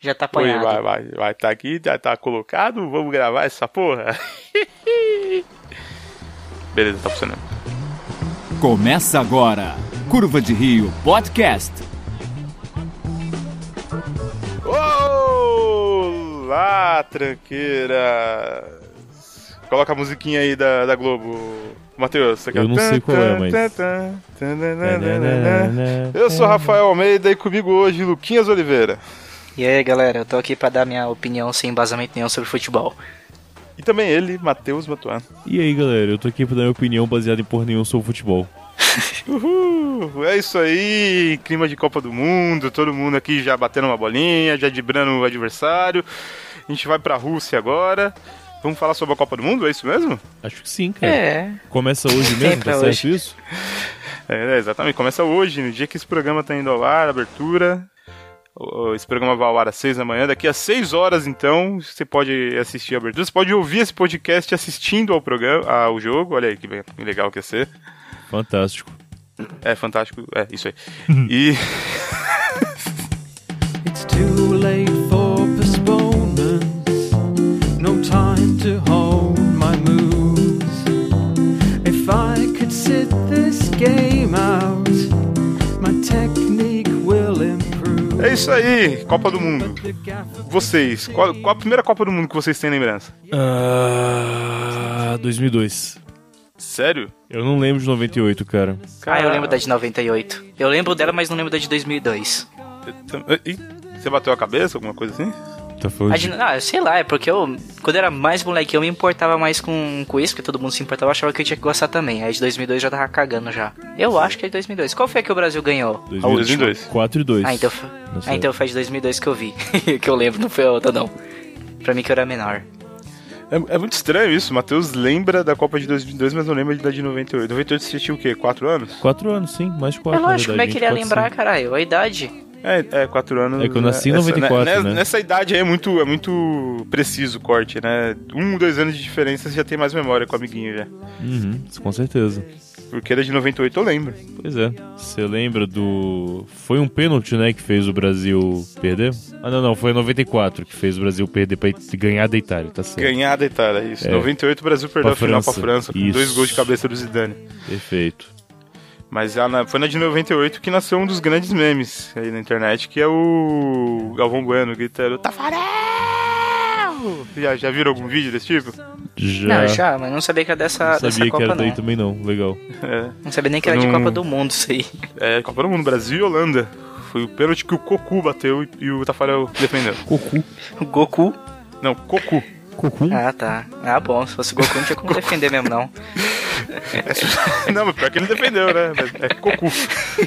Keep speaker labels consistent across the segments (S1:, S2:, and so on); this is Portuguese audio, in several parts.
S1: Já tá apanhado.
S2: vai, vai, vai. Tá aqui, já tá colocado. Vamos gravar essa porra. Beleza, tá funcionando.
S3: Começa agora. Curva de Rio Podcast.
S2: Olá, tranqueira. Coloca a musiquinha aí da, da Globo. Matheus, você quer...
S4: Eu não sei qual é, mas-
S2: Eu sou Rafael Almeida e comigo hoje Luquinhas Oliveira.
S1: E aí, galera, eu tô aqui pra dar minha opinião sem embasamento nenhum sobre futebol.
S2: E também ele, Matheus Matuano.
S4: E aí, galera, eu tô aqui pra dar minha opinião baseada em porra nenhuma sobre futebol.
S2: Uhul, é isso aí, clima de Copa do Mundo, todo mundo aqui já batendo uma bolinha, já dibrando o adversário. A gente vai pra Rússia agora. Vamos falar sobre a Copa do Mundo, é isso mesmo?
S4: Acho que sim, cara.
S1: É.
S4: Começa hoje mesmo,
S1: pra
S4: tá certo
S1: hoje.
S4: isso?
S2: É, exatamente, começa hoje, no dia que esse programa tá indo ao ar, abertura. O- Esse programa vai ao ar às seis da manhã, daqui às seis horas então, você pode assistir a abertura, você pode ouvir esse podcast assistindo ao programa, ao jogo, olha aí que bem- que legal que ia ser.
S4: Fantástico.
S2: É fantástico, é isso aí. E...
S5: It's too late for postponements. No time to hold my moves. If I could sit this game out, my technique will improve.
S2: É isso aí, Copa do Mundo.
S5: The gaffer
S2: Vocês, qual, qual a primeira Copa do Mundo que vocês têm lembrança?
S4: Ah, 2002.
S2: Sério?
S4: Eu não lembro de 98, cara.
S1: Ah, eu lembro da de 98. Eu lembro dela, mas não lembro da de 2002.
S2: Ih, Você bateu a cabeça, alguma coisa assim?
S4: Tá falando
S1: A
S4: de...
S1: de, ah, sei lá, é porque eu, quando eu era mais moleque, eu me importava mais com, com isso, que todo mundo se importava, eu achava que eu tinha que gostar também. Aí de 2002 já tava cagando já. Eu acho que é de 2002. Qual foi a que o Brasil ganhou?
S2: 2002.
S4: 4 e 2.
S1: Ah, então, foi-
S4: Não sei.
S1: ah, então foi a de 2002 que eu vi. que eu lembro, não foi a outra não. Pra mim que eu era menor.
S2: É, é muito estranho isso. O Matheus lembra da Copa de 2002, mas não lembra da de 98. 98 você tinha o quê? 4 anos?
S4: 4 anos, sim. Mais 4,
S1: é lógico, como é que ele ia lembrar,
S4: cara?
S1: caralho? A idade.
S2: É, é 4 anos.
S4: É que eu nasci em
S2: Essa-
S4: 94,
S2: né-
S4: né?
S2: Nessa idade aí é muito, é muito preciso o corte, né? Um, dois anos de diferença você já tem mais memória com o amiguinho já.
S4: Uhum, com certeza.
S2: Porque da de 98 eu lembro.
S4: Pois é. Você lembra do. Foi um pênalti, né, que fez o Brasil perder? Ah, não, não. Foi 94 que fez o Brasil perder pra it- ganhar da Itália, tá certo.
S2: Ganhar da Itália, isso.
S4: É.
S2: 98 o Brasil perdeu a
S4: Pra
S2: final pra
S4: França.
S2: França, com
S4: Isso.
S2: dois gols de cabeça do Zidane.
S4: Perfeito.
S2: Mas a na- foi na de 98 que nasceu um dos grandes memes aí na internet, que é o Galvão Bueno gritando Tafarel! Já, já viram algum vídeo desse tipo?
S4: Já.
S1: Não, já, mas não sabia que era dessa,
S4: É. Não
S1: dessa
S4: sabia que
S1: Copa,
S4: era
S1: não.
S4: daí também, não. Legal.
S2: É,
S1: Não sabia nem que era de
S2: Não-
S1: Copa do Mundo isso aí.
S2: é Copa do Mundo, Brasil e Holanda. Foi o pênalti que o Cocu bateu e, e o Tafarel defendeu.
S4: Cocu.
S1: O Goku.
S2: Não, Cocu.
S4: Cocu?
S1: Ah, tá. Ah, bom, se fosse o Goku não tinha como defender mesmo, não.
S2: Não, mas pior que ele defendeu, né? Mas É Cocu.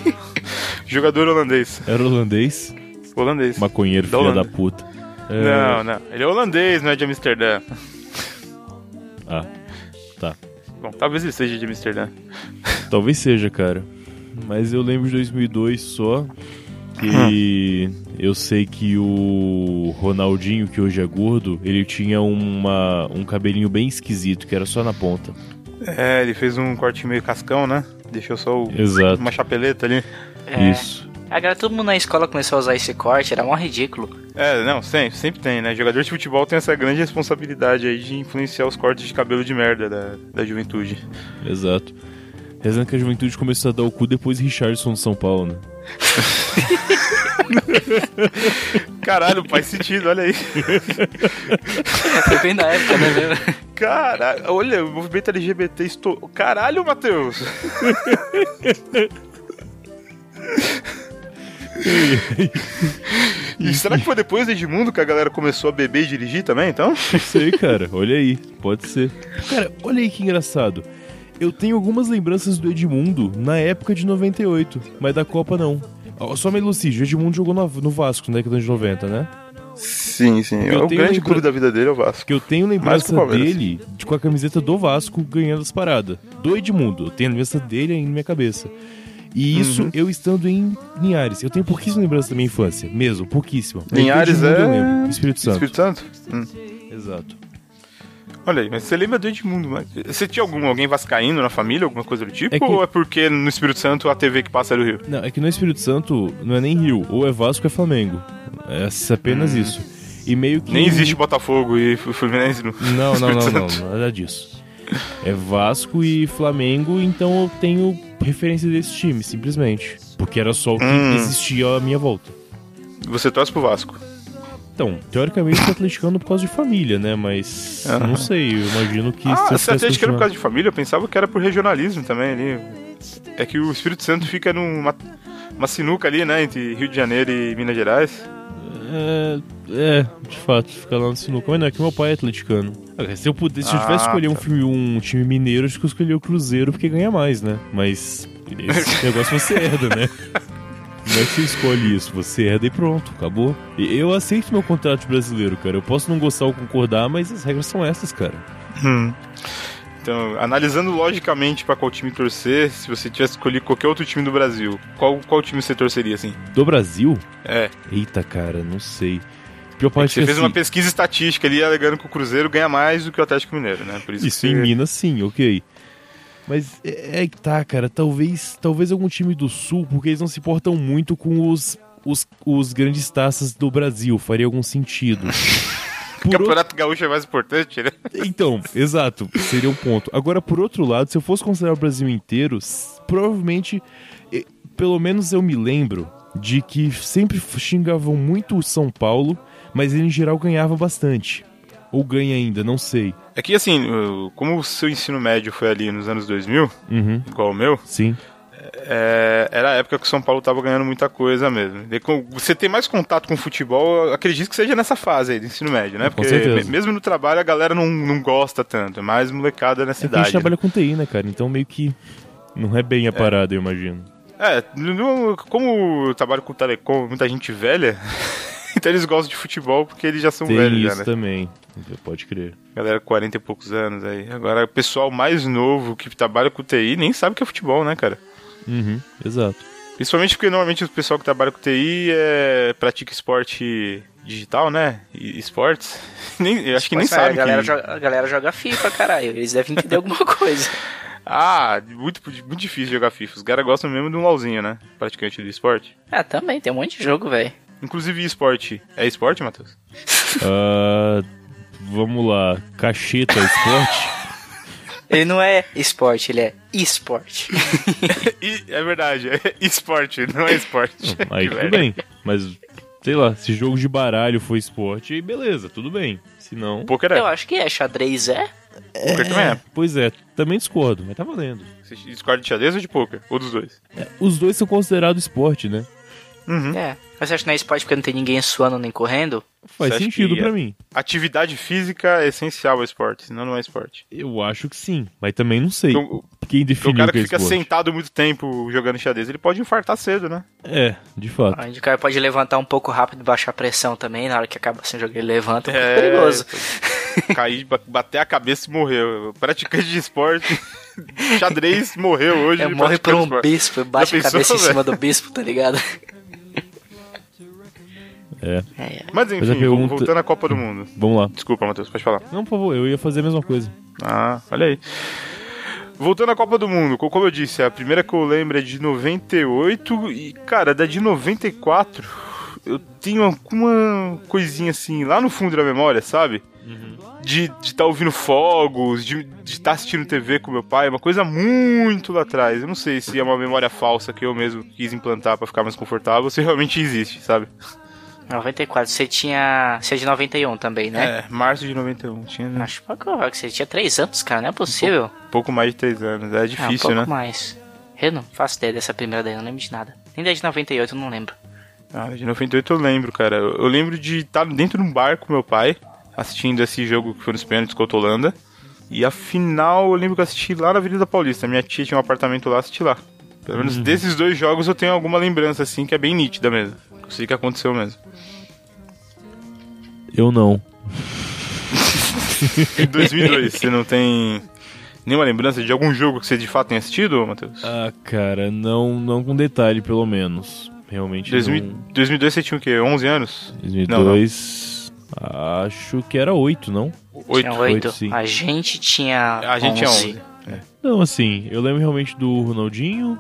S2: Jogador holandês.
S4: Era holandês?
S2: Holandês.
S4: Maconheiro,
S2: Da
S4: filha
S2: Holanda.
S4: da puta. É,
S2: Não, não. Ele é holandês, não é de Amsterdã.
S4: Ah,
S2: Bom, talvez ele seja de Amsterdã.
S4: talvez seja, cara. Mas eu lembro de 2002 só. E eu sei que o Ronaldinho, que hoje é gordo, ele tinha uma, um cabelinho bem esquisito, que era só na ponta.
S2: É, ele fez um corte meio cascão, né? Deixou só o-
S4: Exato.
S2: uma chapeleta ali.
S1: É.
S4: Isso.
S1: Agora todo mundo na escola começou a usar esse corte, era mó ridículo.
S2: É, não, sempre, sempre tem, né? Jogador de futebol tem essa grande responsabilidade aí de influenciar os cortes de cabelo de merda da, da juventude.
S4: Exato. Rezando que a juventude começou a dar o cu depois de Richardson de São Paulo, né?
S2: Caralho, faz sentido, olha aí.
S1: Foi bem na época, né? mesmo?
S2: Caralho, olha, o movimento LGBT estou. Caralho, Matheus! e será que foi depois do Edmundo que a galera começou a beber e dirigir também, então?
S4: sei, cara. Olha aí, pode ser. Cara, olha aí que engraçado. Eu tenho algumas lembranças do Edmundo na época de 98, mas da Copa não. Ó, Só me elucide, o Edmundo jogou no, no Vasco na década de 90, né?
S2: Sim, sim. É
S4: Eu
S2: o
S4: tenho um
S2: grande
S4: lembra-
S2: clube da vida dele é o Vasco.
S4: Que eu tenho
S2: Mais que
S4: lembrança
S2: o Palmeiras.
S4: dele de- com a camiseta do Vasco ganhando as paradas. Do Edmundo. Eu tenho a lembrança dele aí na minha cabeça. E
S2: Uhum.
S4: isso eu estando em Linhares. Eu tenho pouquíssima lembrança da minha infância, mesmo, pouquíssima. Mas do
S2: Linhares
S4: Edmundo
S2: é.
S4: Eu lembro. Espírito Santo.
S2: Espírito Santo? Hum.
S4: Exato.
S2: Olha aí, mas você lembra do Edmundo, mas você tinha algum, alguém vascaíno na família, alguma coisa do tipo?
S4: É que-
S2: Ou é porque no Espírito Santo a TV que passa é do Rio?
S4: Não, é que no Espírito Santo não é nem Rio. Ou é Vasco ou é Flamengo. É apenas isso. E meio que.
S2: Hum. Nem existe Botafogo e F- Fluminense no
S4: Não, não, não,
S2: Espírito
S4: não,
S2: Santo.
S4: nada disso. É Vasco e Flamengo, então eu tenho referência desse time, simplesmente. Porque era só o que
S2: Hum.
S4: existia à minha volta.
S2: Você torce pro Vasco.
S4: Então, teoricamente, eu sou atleticano por causa de família, né? Mas não sei, eu imagino que.
S2: ah,
S4: eu
S2: você
S4: tivesse
S2: atende que era por
S4: continuado-
S2: causa de família? Eu pensava que era por regionalismo também ali. É que o Espírito Santo fica numa uma sinuca ali, né? Entre Rio de Janeiro e Minas Gerais.
S4: É, é, de fato, fica lá no sinuca. Mas não, é que meu pai é atleticano. Ah, cara, Se eu pudesse, se eu
S2: Ah,
S4: tivesse escolher um,
S2: tá.
S4: filme, um time mineiro, acho que eu escolhi o Cruzeiro porque ganha mais, né? Mas esse negócio você herda, né? Não é que você escolhe isso, você herda e pronto, acabou. E eu aceito meu contrato de brasileiro, cara. Eu posso não gostar ou concordar, mas as regras são essas, cara.
S2: Então, analisando logicamente pra qual time torcer, se você tivesse escolhido qualquer outro time do Brasil, qual, qual time você torceria, assim?
S4: Do Brasil?
S2: É.
S4: Eita, cara, não sei. Pior
S2: É que
S4: parte
S2: você
S4: é
S2: fez
S4: assim,
S2: uma pesquisa estatística ali alegando que o Cruzeiro ganha mais do que o Atlético Mineiro, né? Por isso,
S4: Isso
S2: que
S4: em
S2: você-
S4: Minas, sim, ok. Mas é é que tá, cara. Talvez, talvez algum time do Sul, porque eles não se portam muito com os, os, os grandes taças do Brasil. Faria algum sentido.
S2: O
S4: Por outro-
S2: Campeonato Gaúcho é mais importante, né?
S4: Então, exato. Seria um ponto. Agora, por outro lado, se eu fosse considerar o Brasil inteiro, s- provavelmente, eh, pelo menos eu me lembro de que sempre f- xingavam muito o São Paulo, mas ele em geral ganhava bastante. Ou ganha ainda, não sei.
S2: É que, assim, o- como o seu ensino médio foi ali nos anos 2000,
S4: Uhum,
S2: igual o meu,
S4: sim.
S2: é, era a época que o São Paulo tava ganhando muita coisa mesmo. E com- Você tem mais contato com o futebol, eu acredito que seja nessa fase aí do ensino médio, né?
S4: Com
S2: Porque
S4: certeza.
S2: me- mesmo no trabalho a galera não, não gosta tanto, é mais molecada nessa
S4: É que a
S2: idade.
S4: gente
S2: né?
S4: trabalha com TI, né, cara? Então meio que não é bem a parada, eu imagino.
S2: É, no- como eu trabalho com telecom, muita gente velha, então eles gostam de futebol porque eles já são
S4: Tem
S2: velhos,
S4: isso
S2: já, né?
S4: também. Pode crer.
S2: Galera, 40 e poucos anos aí. Agora, o pessoal mais novo que trabalha com TI nem sabe o que é futebol, né, cara?
S4: Uhum, exato.
S2: Principalmente porque normalmente o pessoal que trabalha com TI é, pratica esporte digital, né? E esportes. Nem, eu acho que nem
S1: Mas, cara,
S2: sabe.
S1: Tipo é, assim, "Ah, A galera,
S2: que...
S1: joga, a galera joga FIFA, caralho. Eles devem entender alguma coisa.
S2: Ah, muito, muito difícil jogar FIFA. Os caras gostam mesmo de um LOLzinho, né? Praticante do esporte.
S1: Ah, também, tem um monte de jogo, velho.
S2: Inclusive, esporte. É esporte, Matheus?
S4: Ah, vamos lá. Cacheta é esporte?
S1: Ele não é esporte, ele é esporte.
S2: E- é verdade, é esporte, não é esporte.
S4: Aí
S2: Que
S4: tudo
S2: merda.
S4: bem. Mas, sei lá, se jogo de baralho foi esporte, aí beleza, tudo bem. Se não.
S2: Poker
S1: Eu
S2: é.
S1: acho que é, xadrez é.
S2: Poker também é.
S4: Pois é, também discordo, mas tá valendo.
S1: é.
S2: Você discorda de xadrez ou de poker? Ou dos dois?
S4: Os dois são considerados esporte, né?
S2: Hum?
S1: É. Mas você acha que não é esporte porque não tem ninguém suando nem correndo?
S4: Faz
S2: Você acha
S4: sentido
S2: que é-
S4: pra mim.
S2: Atividade física é essencial ao esporte, senão não é esporte.
S4: Eu acho que sim, mas também não sei.
S2: Então, o-
S4: Quem
S2: Porque
S4: definiu
S2: o cara
S4: que
S2: que
S4: é
S2: fica
S4: esporte?
S2: sentado muito tempo jogando xadrez, ele pode infartar cedo, né?
S4: É, de fato.
S1: Onde o cara pode levantar um pouco rápido e baixar a pressão também. Na hora que acaba assim o jogo, ele levanta. É
S2: É.
S1: perigoso.
S2: Cair, ba- bater a cabeça e morreu. Praticante de esporte, xadrez morreu hoje.
S1: É, morre por
S2: praticando
S1: um
S2: esporte.
S1: bispo, bate
S2: Já
S1: a cabeça
S2: pensou,
S1: em cima do bispo, tá ligado?
S4: É.
S1: É, é.
S2: Mas
S4: Mas
S2: enfim,
S4: a pergunta-
S2: voltando à Copa do Mundo.
S4: Vamos lá.
S2: Desculpa, Matheus, pode falar.
S4: Não, por favor, eu ia fazer a mesma coisa.
S2: Ah, olha aí. Voltando à Copa do Mundo, co- como eu disse, a primeira que eu lembro é de 98 e, cara, da de 94 eu tenho alguma coisinha assim lá no fundo da memória, sabe? De estar ouvindo fogos, de estar assistindo TV com meu pai, uma coisa muito lá atrás. Eu não sei se é uma memória falsa que eu mesmo quis implantar pra ficar mais confortável, se realmente existe, sabe?
S1: 94, você tinha. Você é de 91 também, né?
S2: É, março de 91, tinha né,
S1: Acho provável que você tinha 3 anos, cara, não é possível.
S2: pouco mais de 3 anos, é
S1: Ah, um
S2: difícil,
S1: pouco
S2: né?
S1: mais. Eu não faço ideia dessa primeira daí, eu não lembro de nada. Nem da de 98, eu não lembro.
S2: Ah, de 98 eu lembro, cara. Eu eu lembro de estar dentro de um bar com meu pai, assistindo esse jogo que foi nos pênaltis contra a Holanda. E a final eu lembro que eu assisti lá na Avenida Paulista. Minha tia tinha um apartamento lá, assisti lá. Pelo menos desses dois jogos eu tenho alguma lembrança, assim, que é bem nítida mesmo. Eu sei que aconteceu mesmo.
S4: Eu não.
S2: Em 2002, você não tem nenhuma lembrança de algum jogo que você de fato tenha assistido, Matheus?
S4: Ah, cara, não, não com detalhe, pelo menos. Realmente
S2: 2000
S4: não.
S2: 2002 você tinha um- o quê? 11 anos?
S4: 2002... Acho que era oito, não?
S2: 8?
S1: tinha
S4: oito,
S1: 8.
S4: sim.
S1: a gente tinha.
S2: A gente
S1: 11.
S2: é 11.
S4: Não, assim, eu lembro realmente do Ronaldinho.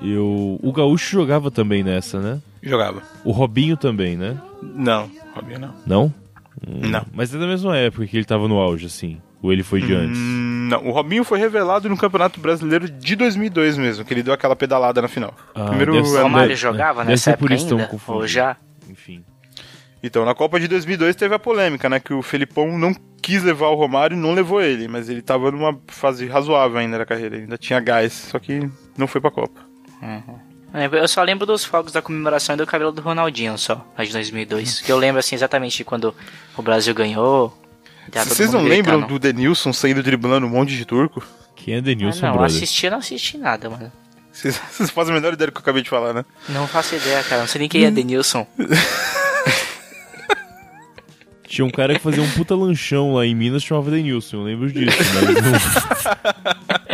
S4: Eu... O Gaúcho jogava também nessa, né?
S2: Jogava.
S4: O Robinho também, né?
S2: Não, Robinho não.
S4: Não? Hum,
S2: Não.
S4: Mas é da mesma época que ele tava no auge, assim. Ou ele foi de antes.
S2: Hum, Não, o Robinho foi revelado no Campeonato Brasileiro de 2002 mesmo, que ele deu aquela pedalada na final.
S4: Ah,
S2: Primeiro
S4: deve ser-
S1: O
S2: ano-
S4: Deve-
S1: Romário jogava
S4: deve
S1: nessa
S4: ser por
S1: época
S4: isso tão
S1: ainda?
S4: confundido.
S1: Ou já?
S4: Enfim.
S2: Então, na Copa de 2002 teve a polêmica, né? Que o Felipão não quis levar o Romário e não levou ele, mas ele tava numa fase razoável ainda da carreira, ele ainda tinha gás, só que não foi pra Copa.
S1: Uhum. Eu só lembro dos fogos da comemoração e do cabelo do Ronaldinho só, a de 2002. que eu lembro assim exatamente de quando o Brasil ganhou. Tá todo
S2: Vocês
S1: mundo
S2: não lembram
S1: gritando.
S2: do Denilson saindo driblando um monte de turco?
S4: Quem é
S1: Ah,
S4: Denilson,
S1: não,
S4: brother?
S1: assisti, eu não assisti nada, mano.
S2: Vocês, vocês fazem a menor ideia do que eu acabei de falar, né?
S1: Não faço ideia, cara. Não sei nem quem
S4: Hum.
S1: é Denilson.
S4: Tinha um cara que fazia um puta lanchão lá em Minas, chamava Denilson, eu lembro disso. Mas não...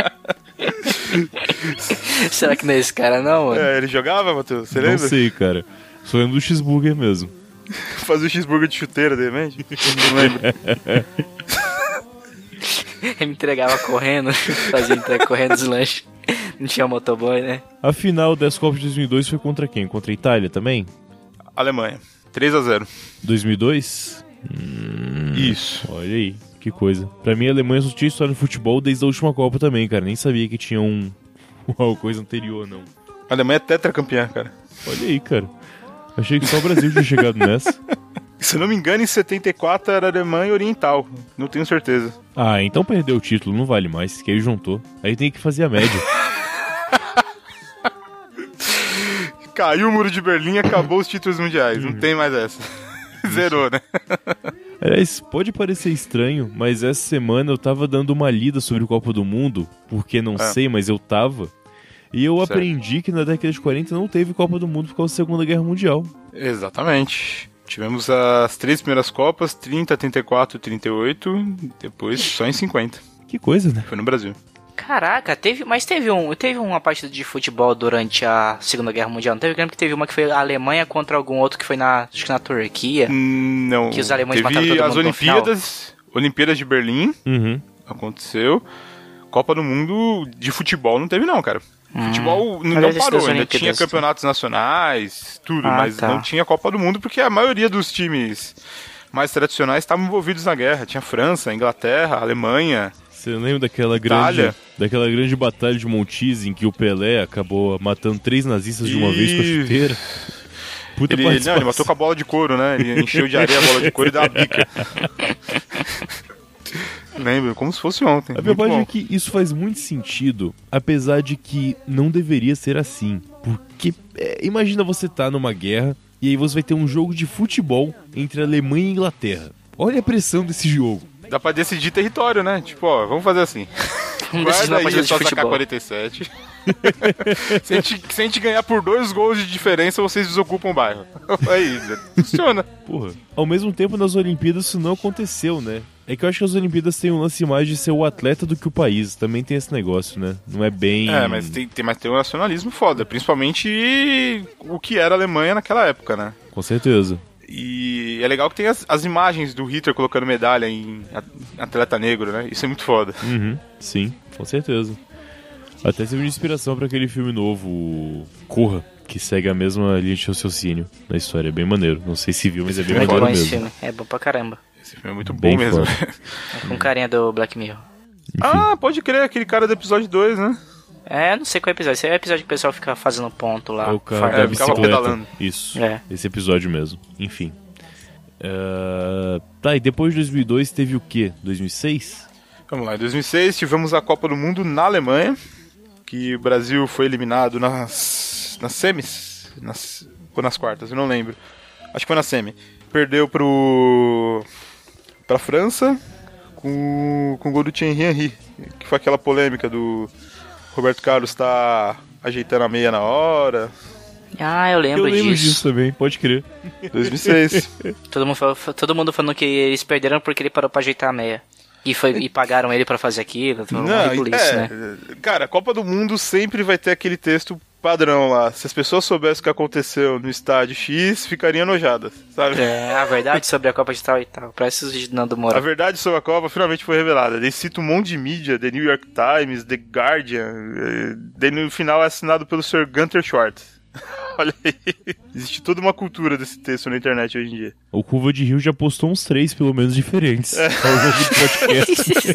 S1: Será que não é esse cara, não, mano?
S2: É, ele jogava, Matheus, você
S4: Não
S2: lembra?
S4: sei, cara. Só lembro do cheeseburger mesmo.
S2: Fazia o cheeseburger de chuteira, de repente? não lembro.
S1: Ele me entregava correndo, fazia entrega correndo os lanches. Não tinha motoboy, né?
S4: A final dessa Copa de 2002 foi contra quem? Contra a Itália também?
S2: Alemanha. 3 a 0
S4: 2002?
S2: Isso.
S4: Olha aí, que coisa. Pra mim, a Alemanha só tinha história no futebol desde a última Copa também, cara. Nem sabia que tinha um... uma coisa anterior, não.
S2: A Alemanha é tetracampeã, cara.
S4: Olha aí, cara. Achei que só o Brasil tinha chegado nessa.
S2: Se eu não me engano, em 74 era Alemanha Oriental. Não tenho certeza.
S4: Ah, então perdeu o título, não vale mais, que aí juntou. Aí tem que fazer a média.
S2: Caiu o muro de Berlim, acabou os títulos mundiais. Não tem mais essa. Zerou, né?
S4: Aliás, pode parecer estranho, mas essa semana eu tava dando uma lida sobre o Copa do Mundo, porque não sei, mas eu tava. E eu
S2: Ah. Certo.
S4: aprendi que na década de 40 não teve Copa do Mundo por causa da Segunda Guerra Mundial.
S2: Exatamente. Tivemos as três primeiras Copas, 30, 34 e 38. Depois só em 50.
S4: Que coisa, né?
S2: Foi no Brasil.
S1: Caraca, teve, mas teve um, teve uma partida de futebol durante a Segunda Guerra Mundial. Não teve, eu lembro que teve uma que foi a Alemanha contra algum outro que foi na, acho que na Turquia.
S2: Hum, Não.
S1: É. Que os alemães
S2: Teve
S1: mataram todo
S2: as
S1: mundo no final.
S2: Olimpíadas. Olimpíadas de Berlim.
S4: Uhum.
S2: aconteceu. Copa do Mundo de futebol não teve, não, cara.
S4: Hum.
S2: Futebol n-
S1: Mas
S2: não
S1: esses
S2: parou,
S1: das
S2: ainda tinha
S1: Olimpíadas,
S2: campeonatos nacionais, tudo,
S1: Ah,
S2: mas
S1: tá.
S2: não tinha Copa do Mundo porque a maioria dos times mais tradicionais estavam envolvidos na guerra. Tinha França, Inglaterra, Alemanha.
S4: Você lembra daquela grande,
S2: Itália.
S4: daquela grande batalha de Montiz em que o Pelé acabou matando três nazistas de uma vez com a
S2: Ih.
S4: chuteira? Puta
S2: Ele, ele- não, ele matou com a bola de couro, né? Ele encheu de areia a bola de couro e deu uma bica. Lembro, como se fosse ontem.
S4: A
S2: Muito
S4: verdade é
S2: bom.
S4: que isso faz muito sentido, apesar de que não deveria ser assim. Porque é, imagina você tá numa guerra e aí você vai ter um jogo de futebol entre Alemanha e Inglaterra. Olha a pressão desse jogo.
S2: Dá pra decidir território, né? Tipo, ó, vamos fazer assim.
S1: Vamos decidir
S2: Guarda
S1: uma
S2: aí
S1: partida de
S2: só
S1: futebol.
S2: AK-47. se, a gente, se a gente ganhar por dois gols de diferença, vocês desocupam o bairro. Aí, funciona.
S4: Porra. Ao mesmo tempo, nas Olimpíadas isso não aconteceu, né? É que eu acho que as Olimpíadas têm um lance mais de ser o atleta do que o país. Também tem esse negócio, né? Não é bem.
S1: Hum.
S2: É, mas tem, tem, mas tem um nacionalismo foda, principalmente o que era a Alemanha naquela época, né?
S4: Com certeza.
S2: E é legal que tem as, as imagens do Hitler colocando medalha em a- atleta negro, né? Isso é muito foda.
S1: Hum.
S4: Uhum, sim, com certeza. Até serviu de inspiração pra aquele filme novo, o Corra, que segue a mesma linha de raciocínio na história. É bem maneiro. Não sei se viu, mas é bem
S1: Muito
S4: maneiro
S1: bom esse
S4: mesmo.
S1: filme. É bom pra caramba.
S2: Esse filme é muito
S4: Bem
S2: bom mesmo.
S1: É
S4: Hum.
S1: com carinha do Black Mirror.
S2: ah, pode crer, aquele cara do episódio 2, né?
S1: É, eu não sei qual episódio. Esse é o episódio que o pessoal fica fazendo ponto lá.
S4: É o cara
S1: fardo.
S4: da
S2: É, ficava
S4: bicicleta.
S2: pedalando.
S4: Isso.
S1: É.
S4: Esse episódio mesmo. Enfim. Ah, tá, e depois de 2002 teve o quê? 2006?
S2: Vamos lá, em 2006 tivemos a Copa do Mundo na Alemanha, que o Brasil foi eliminado nas, nas semis, nas, ou nas quartas, eu não lembro. Acho que foi na semi. Perdeu pro pra França com, com o gol do Thierry Henry, que foi aquela polêmica do Roberto Carlos tá ajeitando a meia na hora.
S1: Ah, eu lembro,
S4: Eu lembro disso.
S1: disso.
S4: também, pode crer.
S2: 2006.
S1: Todo mundo, falou- todo mundo falando que eles perderam porque ele parou pra ajeitar a meia. E, foi, e pagaram ele pra fazer aquilo. Foi um ridículo isso,
S2: é,
S1: né?
S2: Cara, a Copa do Mundo sempre vai ter aquele texto padrão lá. Se as pessoas soubessem o que aconteceu no estádio X, ficariam enojadas, sabe?
S1: É, a verdade sobre a Copa de tal e tal. Parece os vídeos do Nando
S2: A
S1: Moura.
S2: verdade sobre a Copa finalmente foi revelada. Eles citam um monte de mídia, The New York Times, The Guardian. eh, Daí no final é assinado pelo Sr. Gunter Schwartz. Olha aí. Existe toda uma cultura desse texto na internet hoje em dia.
S4: O Curva de Rio já postou uns três, pelo menos, diferentes. ao longo do podcast.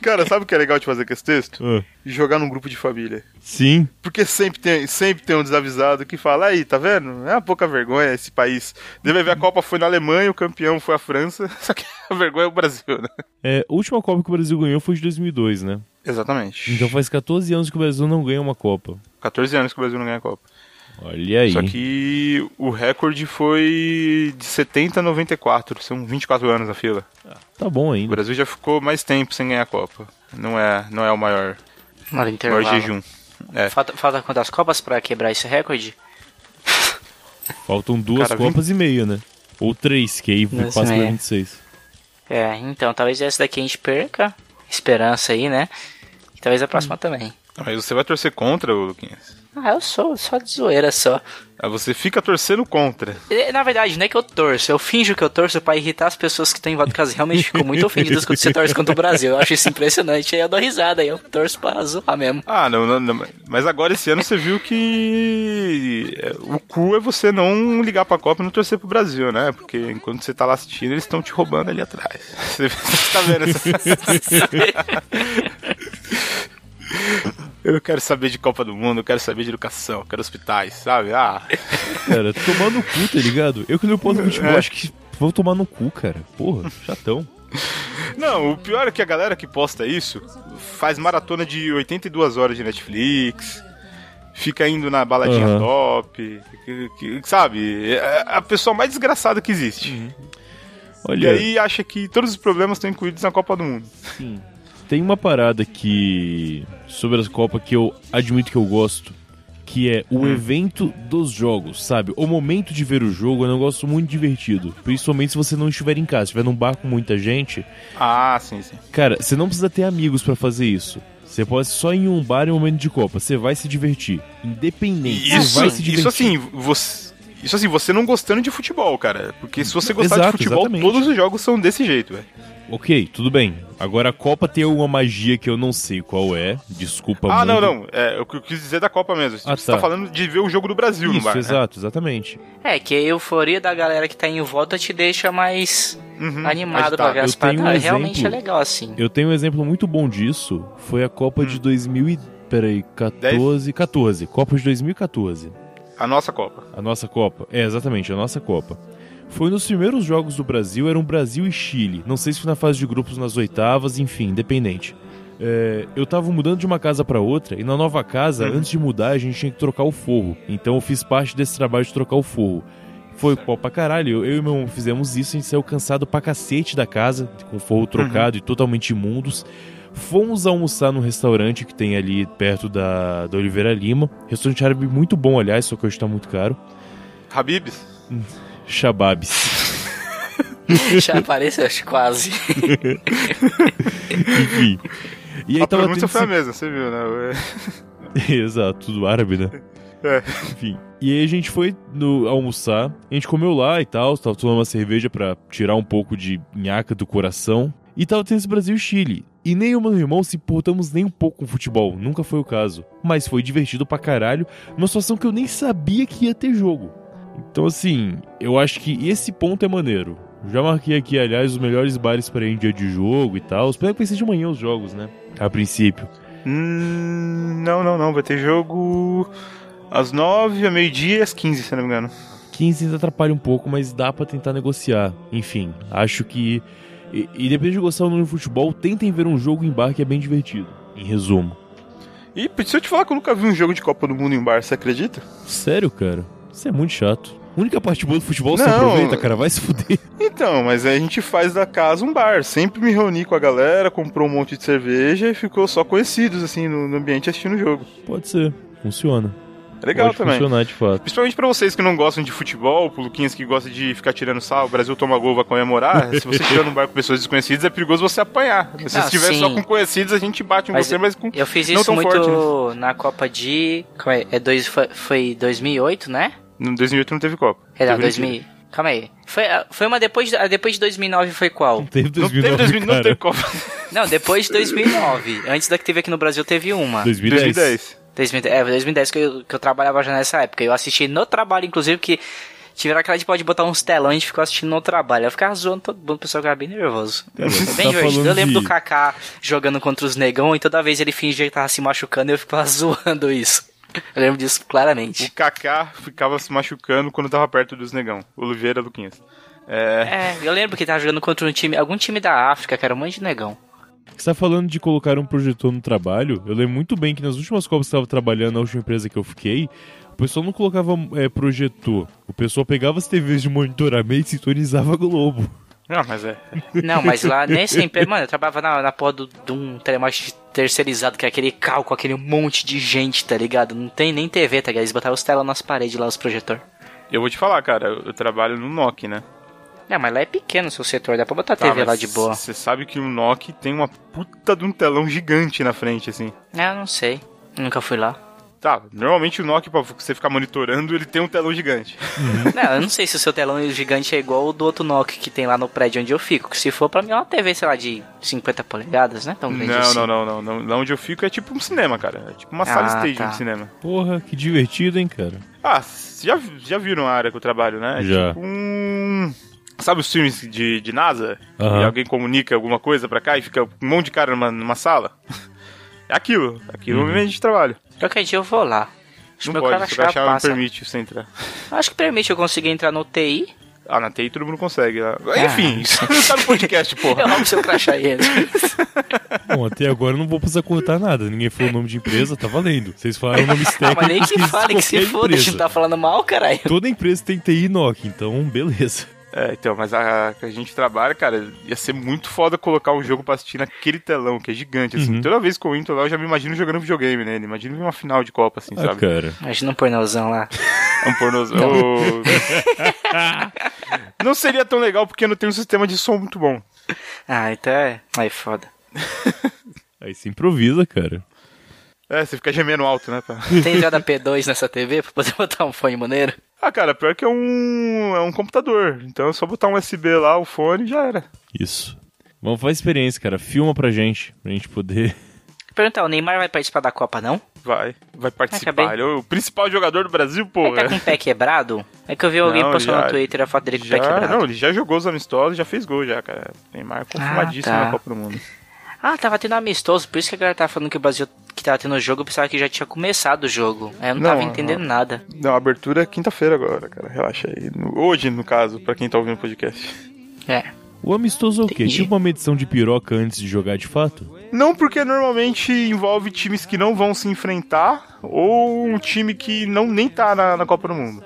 S2: Cara, sabe o que é legal de fazer com esse texto?
S4: Ah,
S2: Jogar num grupo de família.
S4: Sim,
S2: Porque sempre tem, sempre tem um desavisado que fala, aí, tá vendo? É uma pouca vergonha esse país. Deve ver a Copa foi na Alemanha, o campeão foi a França, só que a vergonha é o Brasil, né?
S4: É, a última Copa que o Brasil ganhou foi de 2002, né?
S2: Exatamente.
S4: Então faz 14 anos que o Brasil não ganha uma Copa.
S2: 14 anos que o Brasil não ganha a Copa.
S4: Olha aí.
S2: Só que o recorde foi de 70 a 94, são 24 anos na fila.
S4: Tá bom
S2: O
S4: ainda.
S2: Brasil já ficou mais tempo sem ganhar a Copa. Não é, não é o maior,
S1: Mano,
S2: maior
S1: intervalo.
S2: jejum. É.
S1: Falta, falta quantas Copas pra quebrar esse recorde?
S4: Faltam duas
S2: Cara,
S4: Copas e meia, né? Ou três, que aí
S1: Duas e
S4: passa pra
S1: meia.
S4: 26.
S1: É, então, talvez essa daqui a gente perca. Esperança aí, né? E talvez a
S2: Hum.
S1: próxima também.
S2: Mas você vai torcer contra, ô Luquinhas?
S1: Ah, eu sou só de zoeira só.
S2: Ah, Você fica torcendo contra.
S1: E, Na verdade, não é que eu torço, eu finjo que eu torço pra irritar as pessoas que estão em voto, porque elas realmente ficam muito ofendidas quando você torce contra o Brasil. Eu acho isso impressionante, aí eu dou risada, aí eu torço pra zoar mesmo.
S2: Ah, não, não, não, mas agora esse ano você viu que é, o cu é você não ligar pra Copa e não torcer pro Brasil, né? Porque enquanto você tá lá assistindo, eles estão te roubando ali atrás. Você tá vendo essa... Eu não quero saber de Copa do Mundo, eu quero saber de educação, eu quero hospitais, sabe? Ah,
S4: Cara, tomar no cu, tá ligado? Eu que não
S2: É.
S4: posso futebol, acho que vou tomar no cu, cara. Porra, chatão.
S2: Não, o pior é que a galera que posta isso faz maratona de 82 horas de Netflix, fica indo na baladinha
S4: Aham.
S2: top, que- que- sabe? É a pessoa mais desgraçada que existe.
S4: Uhum.
S2: E
S4: Olha,
S2: aí acha que todos os problemas estão incluídos na Copa do Mundo.
S4: Sim. Tem uma parada que. sobre as Copas que eu admito que eu gosto. Que é
S2: Hum.
S4: o evento dos jogos, sabe? O momento de ver o jogo é um negócio muito divertido. Principalmente se você não estiver em casa, estiver num bar com muita gente.
S2: Ah, sim, sim.
S4: Cara, você não precisa ter amigos pra fazer isso. Você pode só ir em um bar em um momento de Copa. Você vai se divertir. Independente.
S2: Isso,
S4: você vai se divertir.
S2: isso assim, você. Isso assim, você não gostando de futebol, cara. Porque se você gostar
S4: Exato,
S2: de futebol,
S4: exatamente.
S2: todos os jogos são desse jeito, velho.
S4: Ok, tudo bem. Agora a Copa tem alguma magia que eu não sei qual é. Desculpa
S2: Ah, não,
S4: muito.
S2: não. É, eu quis dizer da Copa mesmo.
S4: Ah,
S2: você tá.
S4: tá.
S2: falando de ver o jogo do Brasil no
S4: Isso,
S2: bar. né?
S4: exato, exatamente.
S1: É, que a euforia da galera que tá em voto te deixa mais
S2: Uhum,
S1: animado
S2: agitado.
S1: pra ver as
S4: Eu tenho
S1: paradas.
S4: um
S1: Ah, Realmente é
S4: exemplo.
S1: legal assim.
S4: Eu tenho um exemplo muito bom disso. Foi a Copa
S2: Hum.
S4: de 2000 e... Peraí, 14... 14. Copa de 2014.
S2: A nossa Copa.
S4: A nossa Copa. É, exatamente, a nossa Copa. Foi nos primeiros jogos do Brasil, eram Brasil e Chile. Não sei se foi na fase de grupos, nas oitavas, enfim, independente. É, eu tava mudando de uma casa pra outra, e na nova casa, antes de mudar, a gente tinha que trocar o forro. Então eu fiz parte desse trabalho de trocar o forro. Foi pau pra caralho, eu e meu irmão fizemos isso, a gente saiu cansado pra cacete da casa, com o forro trocado e totalmente imundos. Fomos almoçar num restaurante que tem ali perto da, da Oliveira Lima. Restaurante árabe muito bom, aliás, só que hoje tá muito caro.
S2: Habibs?
S4: Shababs.
S1: Já apareceu, acho quase.
S4: Enfim.
S2: a
S4: E aí então, tava
S2: pronúncia
S4: tendo
S2: foi a mesma, você viu, né?
S4: esse- Exato, tudo árabe, né?
S2: É.
S4: Enfim. E aí a gente foi no almoçar, a gente comeu lá e tal, tava tomando uma cerveja pra tirar um pouco de nhaca do coração. E tava tendo esse Brasil e Chile. E nem eu e meu irmão se importamos nem um pouco com futebol, nunca foi o caso. Mas foi divertido pra caralho, numa situação que eu nem sabia que ia ter jogo. Então assim, eu acho que esse ponto é maneiro. Já marquei aqui, aliás, os melhores bares para ir em dia de jogo e tal. Espero que vai ser de manhã os jogos, né? A princípio.
S2: Hum, não, não, não. Vai ter jogo às nove, a meio-dia e às 15, se eu não me engano.
S4: 15 ainda atrapalha um pouco, mas dá pra tentar negociar. Enfim, acho que. E, e depois de gostar ou não de futebol, tentem ver um jogo em bar que é bem divertido. Em resumo.
S2: E se eu te falar que eu nunca vi um jogo de Copa do Mundo em bar, você acredita?
S4: Sério, cara? Isso é muito chato. A única parte boa do futebol você
S2: Não.
S4: aproveita, cara. Vai se fuder.
S2: Então, mas aí a gente faz da casa um bar. Sempre me reuni com a galera, comprou um monte de cerveja e ficou só conhecidos, assim, no, no ambiente assistindo o jogo.
S4: Pode ser. Funciona.
S2: É Legal
S4: Pode
S2: também.
S4: funcionar de fato.
S2: Principalmente pra vocês que não gostam de futebol, pro Luquinhas que gosta de ficar tirando sal, o Brasil toma gol, vai comemorar. se você tiver num bar com pessoas desconhecidas, é perigoso você apanhar. Se
S1: Ah,
S2: estiver só
S1: sim.
S2: com conhecidos, a gente bate em
S1: Mas
S2: você, mas com
S1: Eu fiz
S2: Não
S1: isso
S2: tão
S1: muito
S2: forte, né?
S1: na Copa de. Como é? é dois, foi, foi 2008, né?
S2: No 2008 não teve Copa.
S1: É, não,
S2: Teve Olimpíada.
S1: 2000. Calma aí. Foi, ah, foi uma depois, de- a depois de 2009 foi qual?
S4: Teve
S2: Não teve
S4: 2009,
S2: 2000, não
S4: cara.
S2: teve Copa.
S1: Não, depois de 2009. Antes da que teve aqui no Brasil, teve uma.
S4: 2010.
S2: 2010.
S1: 2010, é, 2010 que eu, que eu trabalhava já nessa época. Eu assisti no trabalho, inclusive, que tiveram aquela de pode botar uns telões e a gente ficou assistindo no trabalho. Eu ficava zoando todo mundo, o pessoal ficava bem nervoso.
S4: Tá
S1: Bem
S4: bom. Tá
S1: divertido. Eu
S4: falando
S1: lembro do
S4: de-
S1: Kaká jogando contra os negão e toda vez ele fingia que tava se machucando e eu ficava zoando isso. Eu lembro disso claramente.
S2: O Kaká ficava se machucando quando tava perto dos negão. Oliveira Luquinhas. É.
S1: É, eu lembro que ele tava jogando contra um time, algum time da África, que era um monte de negão.
S4: Você tá falando de colocar um projetor no trabalho? Eu lembro muito bem que nas últimas Copas que eu tava trabalhando, na última empresa que eu fiquei, o pessoal não colocava é, projetor. O pessoal pegava as TVs de monitoramento e sintonizava a Globo.
S2: Não, mas é.
S1: Não, mas lá nem sempre. Mano, eu trabalhava na, na porra do- de um telemarketing terceirizado, que é aquele cal com aquele monte de gente, tá ligado? Não tem nem TV, tá ligado? Eles botavam os telas nas paredes lá, os projetor.
S2: Eu vou te falar, cara, eu trabalho no NOC, né?
S1: É, mas lá é pequeno o seu setor, dá pra botar TV lá de boa.
S2: Você sabe que o NOC tem uma puta de um telão gigante na frente, assim.
S1: É, eu não sei. Nunca fui lá.
S2: Tá, normalmente o NOC, pra você ficar monitorando, ele tem um telão gigante.
S1: não, eu não sei se o seu telão gigante é igual o do outro Nokia que tem lá no prédio onde eu fico. Que se for pra mim é uma TV, sei lá, de 50 polegadas, né? Tão grande
S2: Não,
S1: assim.
S2: não, não, não, não. Lá onde eu fico é tipo um cinema, cara. É tipo uma
S1: Ah,
S2: sala stage
S1: tá.
S2: de cinema.
S4: Porra, que divertido, hein, cara?
S2: Ah, cês já, já viram a área que eu trabalho, né? É
S4: Já.
S2: Tipo um. Sabe os filmes de, de NASA?
S4: Aham.
S2: E alguém comunica alguma coisa pra cá e fica um monte de cara numa, numa sela? É aquilo. Aquilo é
S4: Uhum.
S2: o ambiente de trabalho.
S1: Qualquer dia eu vou lá. Acho que
S2: não
S1: meu
S2: pode,
S1: cara
S2: se o crachá não
S1: passa.
S2: permite você entrar.
S1: Acho que permite eu conseguir entrar no TI.
S2: Ah, na TI todo mundo consegue. né?
S1: É.
S2: Enfim, isso não tá no podcast, porra.
S1: Eu amo seu crachá aí.
S4: Bom, até agora eu não vou precisar cortar nada. Ninguém falou o nome de empresa, tá valendo. Vocês falaram o nome
S1: Ah, mas nem
S4: técnicos
S1: que
S4: de
S1: fale que se
S4: qualquer
S1: foda, a gente
S4: empresa.
S1: tá falando mal, caralho.
S4: Toda empresa tem TI Nokia, então beleza.
S2: É, então, mas a, a que a gente trabalha, cara, ia ser muito foda colocar um jogo pra assistir naquele telão, que é gigante, assim. Toda vez que eu entro lá, eu já me imagino jogando videogame nele. Imagino uma final de Copa, assim,
S4: Ah,
S2: sabe?
S4: cara.
S1: Imagina um pornozão lá.
S2: É um pornozão. Ô. não seria tão legal porque não tem um sistema de som muito bom.
S1: Ah, então é. Aí foda.
S4: Aí se improvisa, cara.
S2: É, você fica gemendo alto, né? pá?
S1: Tem entrada P2 nessa TV pra poder botar um fone maneiro?
S2: Ah, cara, pior que é um, é um computador. Então é só botar um USB lá, o fone e já era.
S4: Isso. Vamos fazer experiência, cara. Filma pra gente, pra gente poder.
S1: Perguntar, o Neymar vai participar da Copa, não?
S2: Vai, vai
S1: Acabei.
S2: participar. Ele é o principal jogador do Brasil, É.
S1: Ele tá
S2: porra.
S1: com o pé quebrado? É que eu vi alguém
S2: Não,
S1: postando
S2: já-
S1: no Twitter a foto dele com o pé
S2: Já,
S1: quebrado.
S2: não, ele já jogou os amistosos, já fez gol já, cara. Neymar confirmadíssimo
S1: tá.
S2: na Copa do Mundo.
S1: Ah, tava tendo amistoso, por isso que a galera tava falando que o Brasil que tava tendo jogo, eu pensava que já tinha começado o jogo. É, eu não,
S2: Não,
S1: tava
S2: não.
S1: entendendo nada.
S2: Não, a abertura é quinta-feira agora, cara. Relaxa aí. No- Hoje, no caso, pra quem tá ouvindo o podcast.
S1: É.
S4: O amistoso é o quê?
S1: Entendi.
S4: Tipo uma medição de piroca antes de jogar de fato?
S2: Não porque normalmente envolve times que não vão se enfrentar ou um time que não nem tá na, na Copa do Mundo.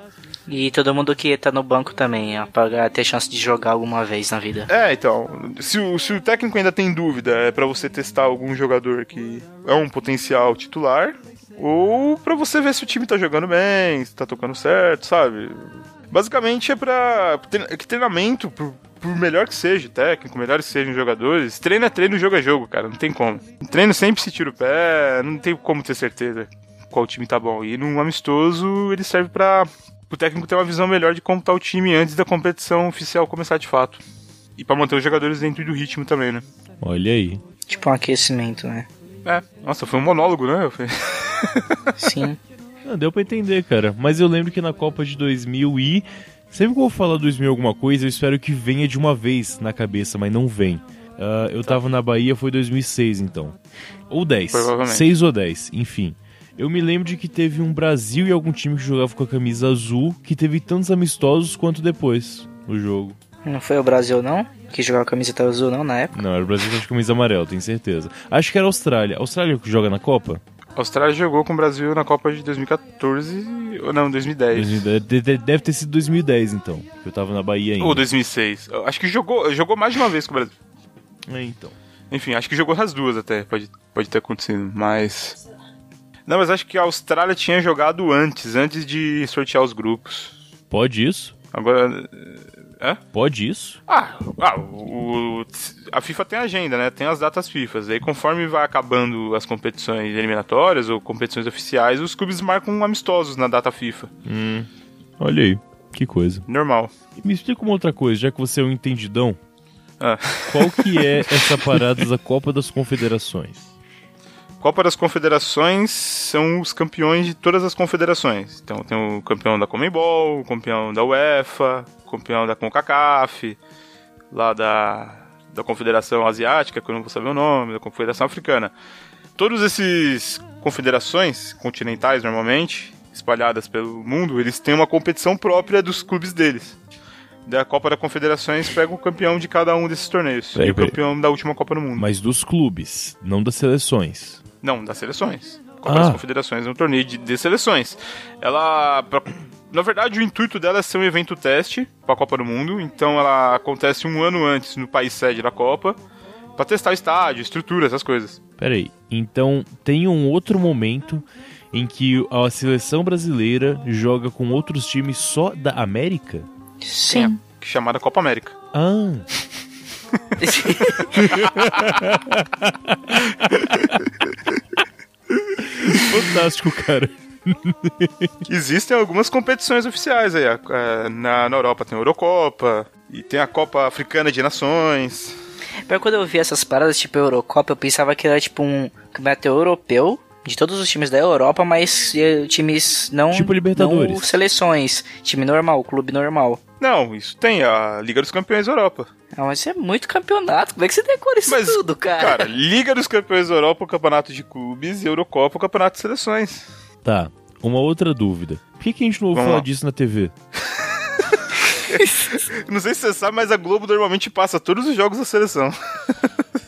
S1: E todo mundo que tá no banco também, ó, pra ter chance de jogar alguma vez na vida.
S2: É, então, se o, se o técnico ainda tem dúvida, é pra você testar algum jogador que é um potencial titular ou pra você ver se o time tá jogando bem, se tá tocando certo, sabe? Basicamente é pra tre- que treinamento, por, por melhor que seja o técnico, melhor que sejam os jogadores, treino é treino, jogo é jogo, cara, não tem como. Treino sempre se tira o pé, não tem como ter certeza qual time tá bom. E num amistoso ele serve pra o técnico ter uma visão melhor de como tá o time antes da competição oficial começar de fato. E pra manter os jogadores dentro do ritmo também, né?
S4: Olha aí.
S1: Tipo um aquecimento, né?
S2: É. Nossa, foi um monólogo, né? Foi-
S1: Sim.
S4: Ah, deu pra entender, cara. Mas eu lembro que na Copa de 2000 e. Sempre que eu vou falar 2000 alguma coisa, eu espero que venha de uma vez na cabeça, mas não vem. Ah, eu tava na Bahia, foi 2006 então. Ou 10.
S2: Provavelmente.
S4: 6 ou 10, enfim. Eu me lembro de que teve um Brasil e algum time que jogava com a camisa azul, que teve tantos amistosos quanto depois o jogo.
S1: Não foi o Brasil, não? Que jogava camiseta azul, não, na época?
S4: Não, era o Brasil que tava de camisa amarela, tenho certeza. Acho que era a Austrália. A Austrália é que joga na Copa?
S2: A Austrália jogou com o Brasil na Copa de 2014. Ou não, 2010.
S4: 2010. De- de- Deve ter sido 2010 então. que Eu tava na Bahia ainda.
S2: Ou 2006. Eu Acho que jogou, jogou mais de uma vez com o Brasil.
S4: É, então.
S2: Enfim, acho que jogou as duas até. Pode, pode ter acontecido, mas. Não, mas acho que a Austrália tinha jogado antes, antes de sortear os grupos.
S4: Pode isso?
S2: Agora.
S4: Pode isso?
S2: Ah, ah, o, o- a FIFA tem agenda, né? Tem as datas FIFAs. Aí, conforme vai acabando as competições eliminatórias ou competições oficiais, os clubes marcam amistosos na data FIFA.
S4: Olha aí, que coisa.
S2: Normal.
S4: Me explica uma outra coisa, já que você é um entendidão.
S2: Ah.
S4: Qual que é essa parada da Copa das Confederações?
S2: Copa das Confederações são os campeões de todas as confederações. Então tem o campeão da Comembol, o campeão da UEFA, o campeão da CONCACAF, lá da, da Confederação Asiática, que eu não vou saber o nome, da Confederação Africana. Todos esses confederações continentais, normalmente, espalhadas pelo mundo, eles têm uma competição própria dos clubes deles. Da Copa das Confederações pega o campeão de cada um desses torneios.
S4: Peraí,
S2: e o
S4: peraí.
S2: campeão da última Copa do Mundo.
S4: Mas dos clubes, não das seleções.
S2: Não, das seleções. Copa
S4: Ah.
S2: das Confederações é um torneio de, de seleções. Ela. pra- na verdade, o intuito dela é ser um evento teste para a Copa do Mundo. Então ela acontece um ano antes no país sede da Copa. Pra testar estádio, estrutura, essas coisas.
S4: Peraí, então tem um outro momento em que a seleção brasileira joga com outros times só da América?
S1: Sim.
S2: que é Chamada Copa América.
S4: Ah, É. fantástico, cara.
S2: Existem algumas competições oficiais aí. a- a- Na, na Europa tem a Eurocopa, e tem a Copa Africana de Nações.
S1: Pior que quando eu vi essas paradas, tipo Eurocopa, eu pensava que era tipo um campeonato europeu de todos os times da Europa, mas eh, times não.
S4: Tipo Libertadores.
S1: não seleções. Time normal, clube normal.
S2: Não, isso tem a Liga dos Campeões da Europa.
S1: Ah, mas isso é muito campeonato. Como é que você decora isso
S2: Mas,
S1: tudo, cara?
S2: Cara, Liga dos Campeões da Europa, o Campeonato de Clubes, e Eurocopa, o Campeonato de Seleções.
S4: Tá, uma outra dúvida. Por que, que a gente não ouve
S2: Vamos
S4: falar
S2: lá.
S4: disso na TV?
S2: Não sei se você sabe, mas a Globo normalmente passa todos os jogos da seleção.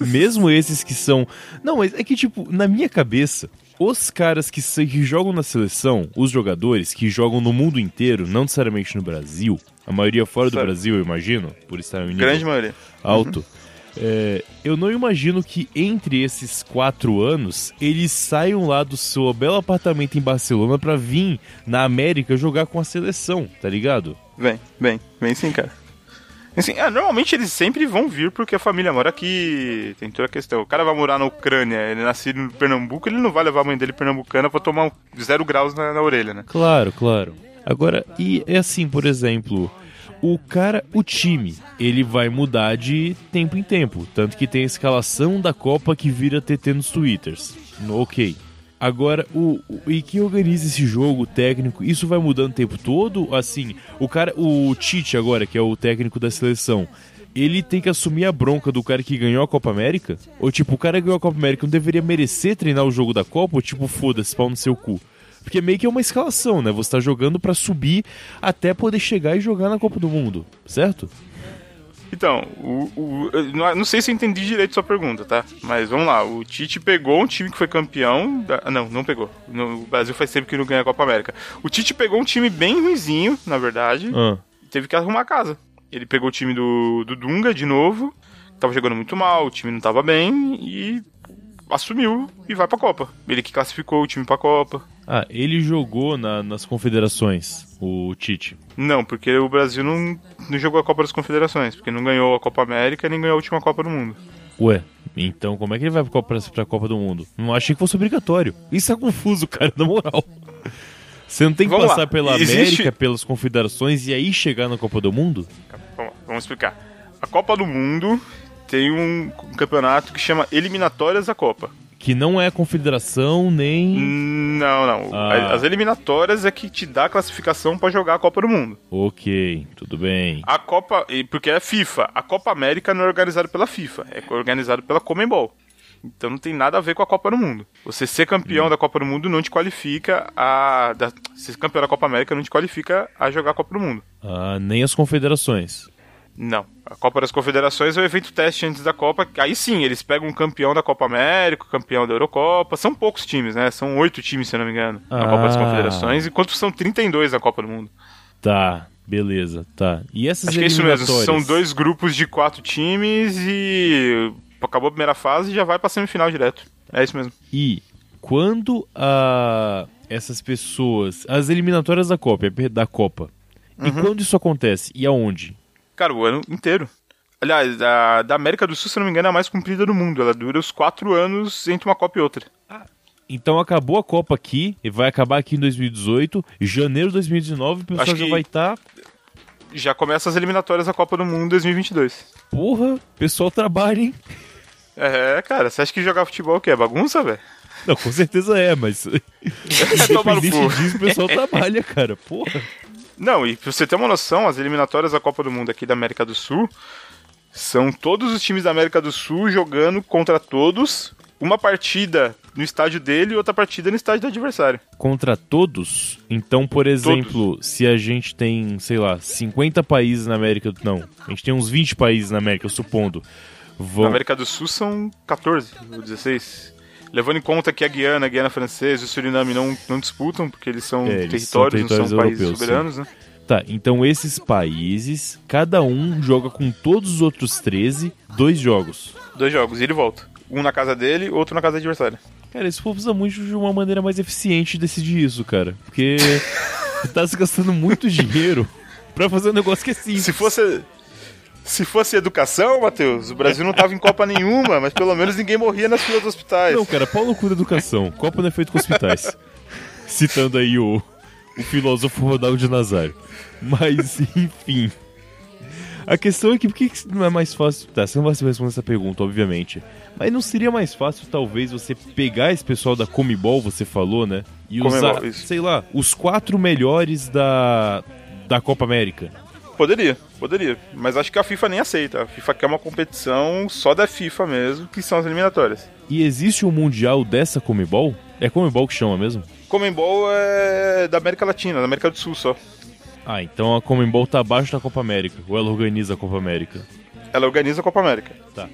S4: Mesmo esses que são. Não, mas é que, tipo, na minha cabeça, os caras que, se- que jogam na seleção, os jogadores que jogam no mundo inteiro, não necessariamente no Brasil, a maioria fora do
S2: Sabe.
S4: Brasil, eu imagino, por estar em um nível
S2: Grande Uhum. maioria.
S4: alto. é, eu não imagino que entre esses quatro anos eles saiam lá do seu belo apartamento em Barcelona pra vir na América jogar com a seleção, tá ligado?
S2: Vem, vem, vem sim, cara. Assim, ah, normalmente eles sempre vão vir porque a família mora aqui, tem toda a questão. O cara vai morar na Ucrânia, ele é nascido em Pernambuco, ele não vai levar a mãe dele pernambucana pra tomar um zero graus na, na orelha, né?
S4: Claro, claro. Agora, e é assim, por exemplo, o cara, o time, ele vai mudar de tempo em tempo. Tanto que tem a escalação da Copa que vira TT nos Twitters. No ok. Agora, o, o- e quem organiza esse jogo, o técnico, isso vai mudando o tempo todo? Assim, o cara, o Tite agora, que é o técnico da seleção, ele tem que assumir a bronca do cara que ganhou a Copa América? Ou tipo, o cara que ganhou a Copa América não deveria merecer treinar o jogo da Copa? Ou tipo, foda-se, pau no seu cu? Porque meio que é uma escalação, né? Você tá jogando pra subir até poder chegar e jogar na Copa do Mundo, certo?
S2: Então, o, o- eu não não sei se eu entendi direito sua pergunta, tá? Mas vamos lá, o Tite pegou um time que foi campeão. da- ah, não, não pegou. No- o Brasil faz tempo que não ganha a Copa América. O Tite pegou um time bem ruizinho, na verdade.
S4: Ah,
S2: teve que arrumar a casa. Ele pegou o time do, do Dunga de novo, que tava jogando muito mal, o time não tava bem, e assumiu e vai pra Copa. Ele que classificou o time pra Copa.
S4: ah ele jogou na- nas confederações, o Tite.
S2: Não, porque o Brasil não, não jogou a Copa das Confederações, porque não ganhou a Copa América nem ganhou a última Copa do Mundo.
S4: Ué, então como é que ele vai pra Copa, pra Copa do Mundo? Não achei que fosse obrigatório. Isso é confuso, cara, na moral. Você não tem que
S2: Vamos
S4: passar
S2: lá,
S4: pela
S2: existe-
S4: América, pelas confederações e aí chegar na Copa do Mundo?
S2: Vamos, lá, vamos explicar. A Copa do Mundo tem um campeonato que chama Eliminatórias da Copa.
S4: Que não é confederação
S2: Hum.
S4: nem.
S2: Não, não.
S4: Ah.
S2: As eliminatórias é que te dá a classificação pra jogar a Copa do Mundo.
S4: Ok, tudo bem.
S2: A Copa, e porque é FIFA, a Copa América não é organizada pela FIFA, é organizada pela Comembol. Então não tem nada a ver com a Copa do Mundo. Você ser campeão da Copa do Mundo não te qualifica a. Da, ser campeão da Copa América não te qualifica a jogar a Copa do Mundo.
S4: Ah, nem as confederações.
S2: Não. A Copa das Confederações é o evento teste antes da Copa. Aí sim, eles pegam um campeão da Copa América, um campeão da Eurocopa. São poucos times, né? São oito times, se eu não me engano, na Copa das
S4: Ah.
S2: Confederações, enquanto são 32 na Copa do Mundo.
S4: Tá, beleza, tá. E essas
S2: Acho que é isso mesmo.
S4: eliminatórias?
S2: São dois grupos de quatro times e acabou a primeira fase e já vai pra semifinal direto. É isso mesmo.
S4: E quando a essas pessoas, as eliminatórias da Copa, é da Copa. E
S2: Uhum.
S4: quando isso acontece e aonde?
S2: Cara, o ano inteiro. Aliás, a da América do Sul, se não me engano, é a mais comprida do mundo. Ela dura os quatro anos entre uma Copa e outra.
S4: Então acabou a Copa aqui e vai acabar aqui em 2018, em janeiro de 2019, o pessoal
S2: Acho
S4: já
S2: que-
S4: vai tá, estar,
S2: Já começa as eliminatórias da Copa do Mundo 2022.
S4: porra, o pessoal trabalha, hein?
S2: É, cara, você acha que jogar futebol é o quê? É bagunça, velho?
S4: Não, com certeza é, mas.
S2: Toma no
S4: Independente
S2: cu.
S4: disso, o pessoal trabalha, cara. Porra.
S2: Não, e pra você ter uma noção, as eliminatórias da Copa do Mundo aqui da América do Sul são todos os times da América do Sul jogando contra todos, uma partida no estádio dele e outra partida no estádio do adversário.
S4: Contra todos? Então, por exemplo, se a gente tem, sei lá, 50 países na América do. Não, a gente tem uns 20 países na América, eu supondo.
S2: Na
S4: Vão,
S2: América do Sul são 14 ou 16. Levando em conta que a Guiana, a Guiana Francesa e o Suriname não, não disputam, porque eles são
S4: É, eles são
S2: territórios, não são
S4: territórios
S2: países
S4: europeus, sim.
S2: soberanos, né?
S4: Tá, então esses países, cada um joga com todos os outros 13, dois jogos.
S2: Dois jogos, e ele volta. Um na casa dele, outro na casa do adversário.
S4: Cara, esse povo precisa muito de uma maneira mais eficiente de decidir isso, cara. Porque tá se gastando muito dinheiro pra fazer um negócio que é simples.
S2: Se fosse. Se fosse educação, Matheus, o Brasil não tava em Copa nenhuma, mas pelo menos ninguém morria nas filas dos hospitais.
S4: Não, cara, pau no cu da educação. Copa não é feito com hospitais. Citando aí o, o filósofo Ronaldo de Nazário. Mas, enfim. A questão é que por que que não é mais fácil. Tá, você não vai se responder essa pergunta, obviamente. Mas não seria mais fácil, talvez, você pegar esse pessoal da Comebol, você falou, né? E usar,
S2: Comebol, isso.
S4: sei lá, os quatro melhores da, da Copa América.
S2: Poderia, poderia. Mas acho que a FIFA nem aceita. A FIFA quer uma competição só da FIFA mesmo, que são as eliminatórias.
S4: E existe um mundial dessa Comebol? É Comebol que chama mesmo?
S2: Comembol é da América Latina, da América do Sul só.
S4: Ah, então a Comembol tá abaixo da Copa América, ou ela organiza a Copa América.
S2: Ela organiza a Copa América.
S4: Tá.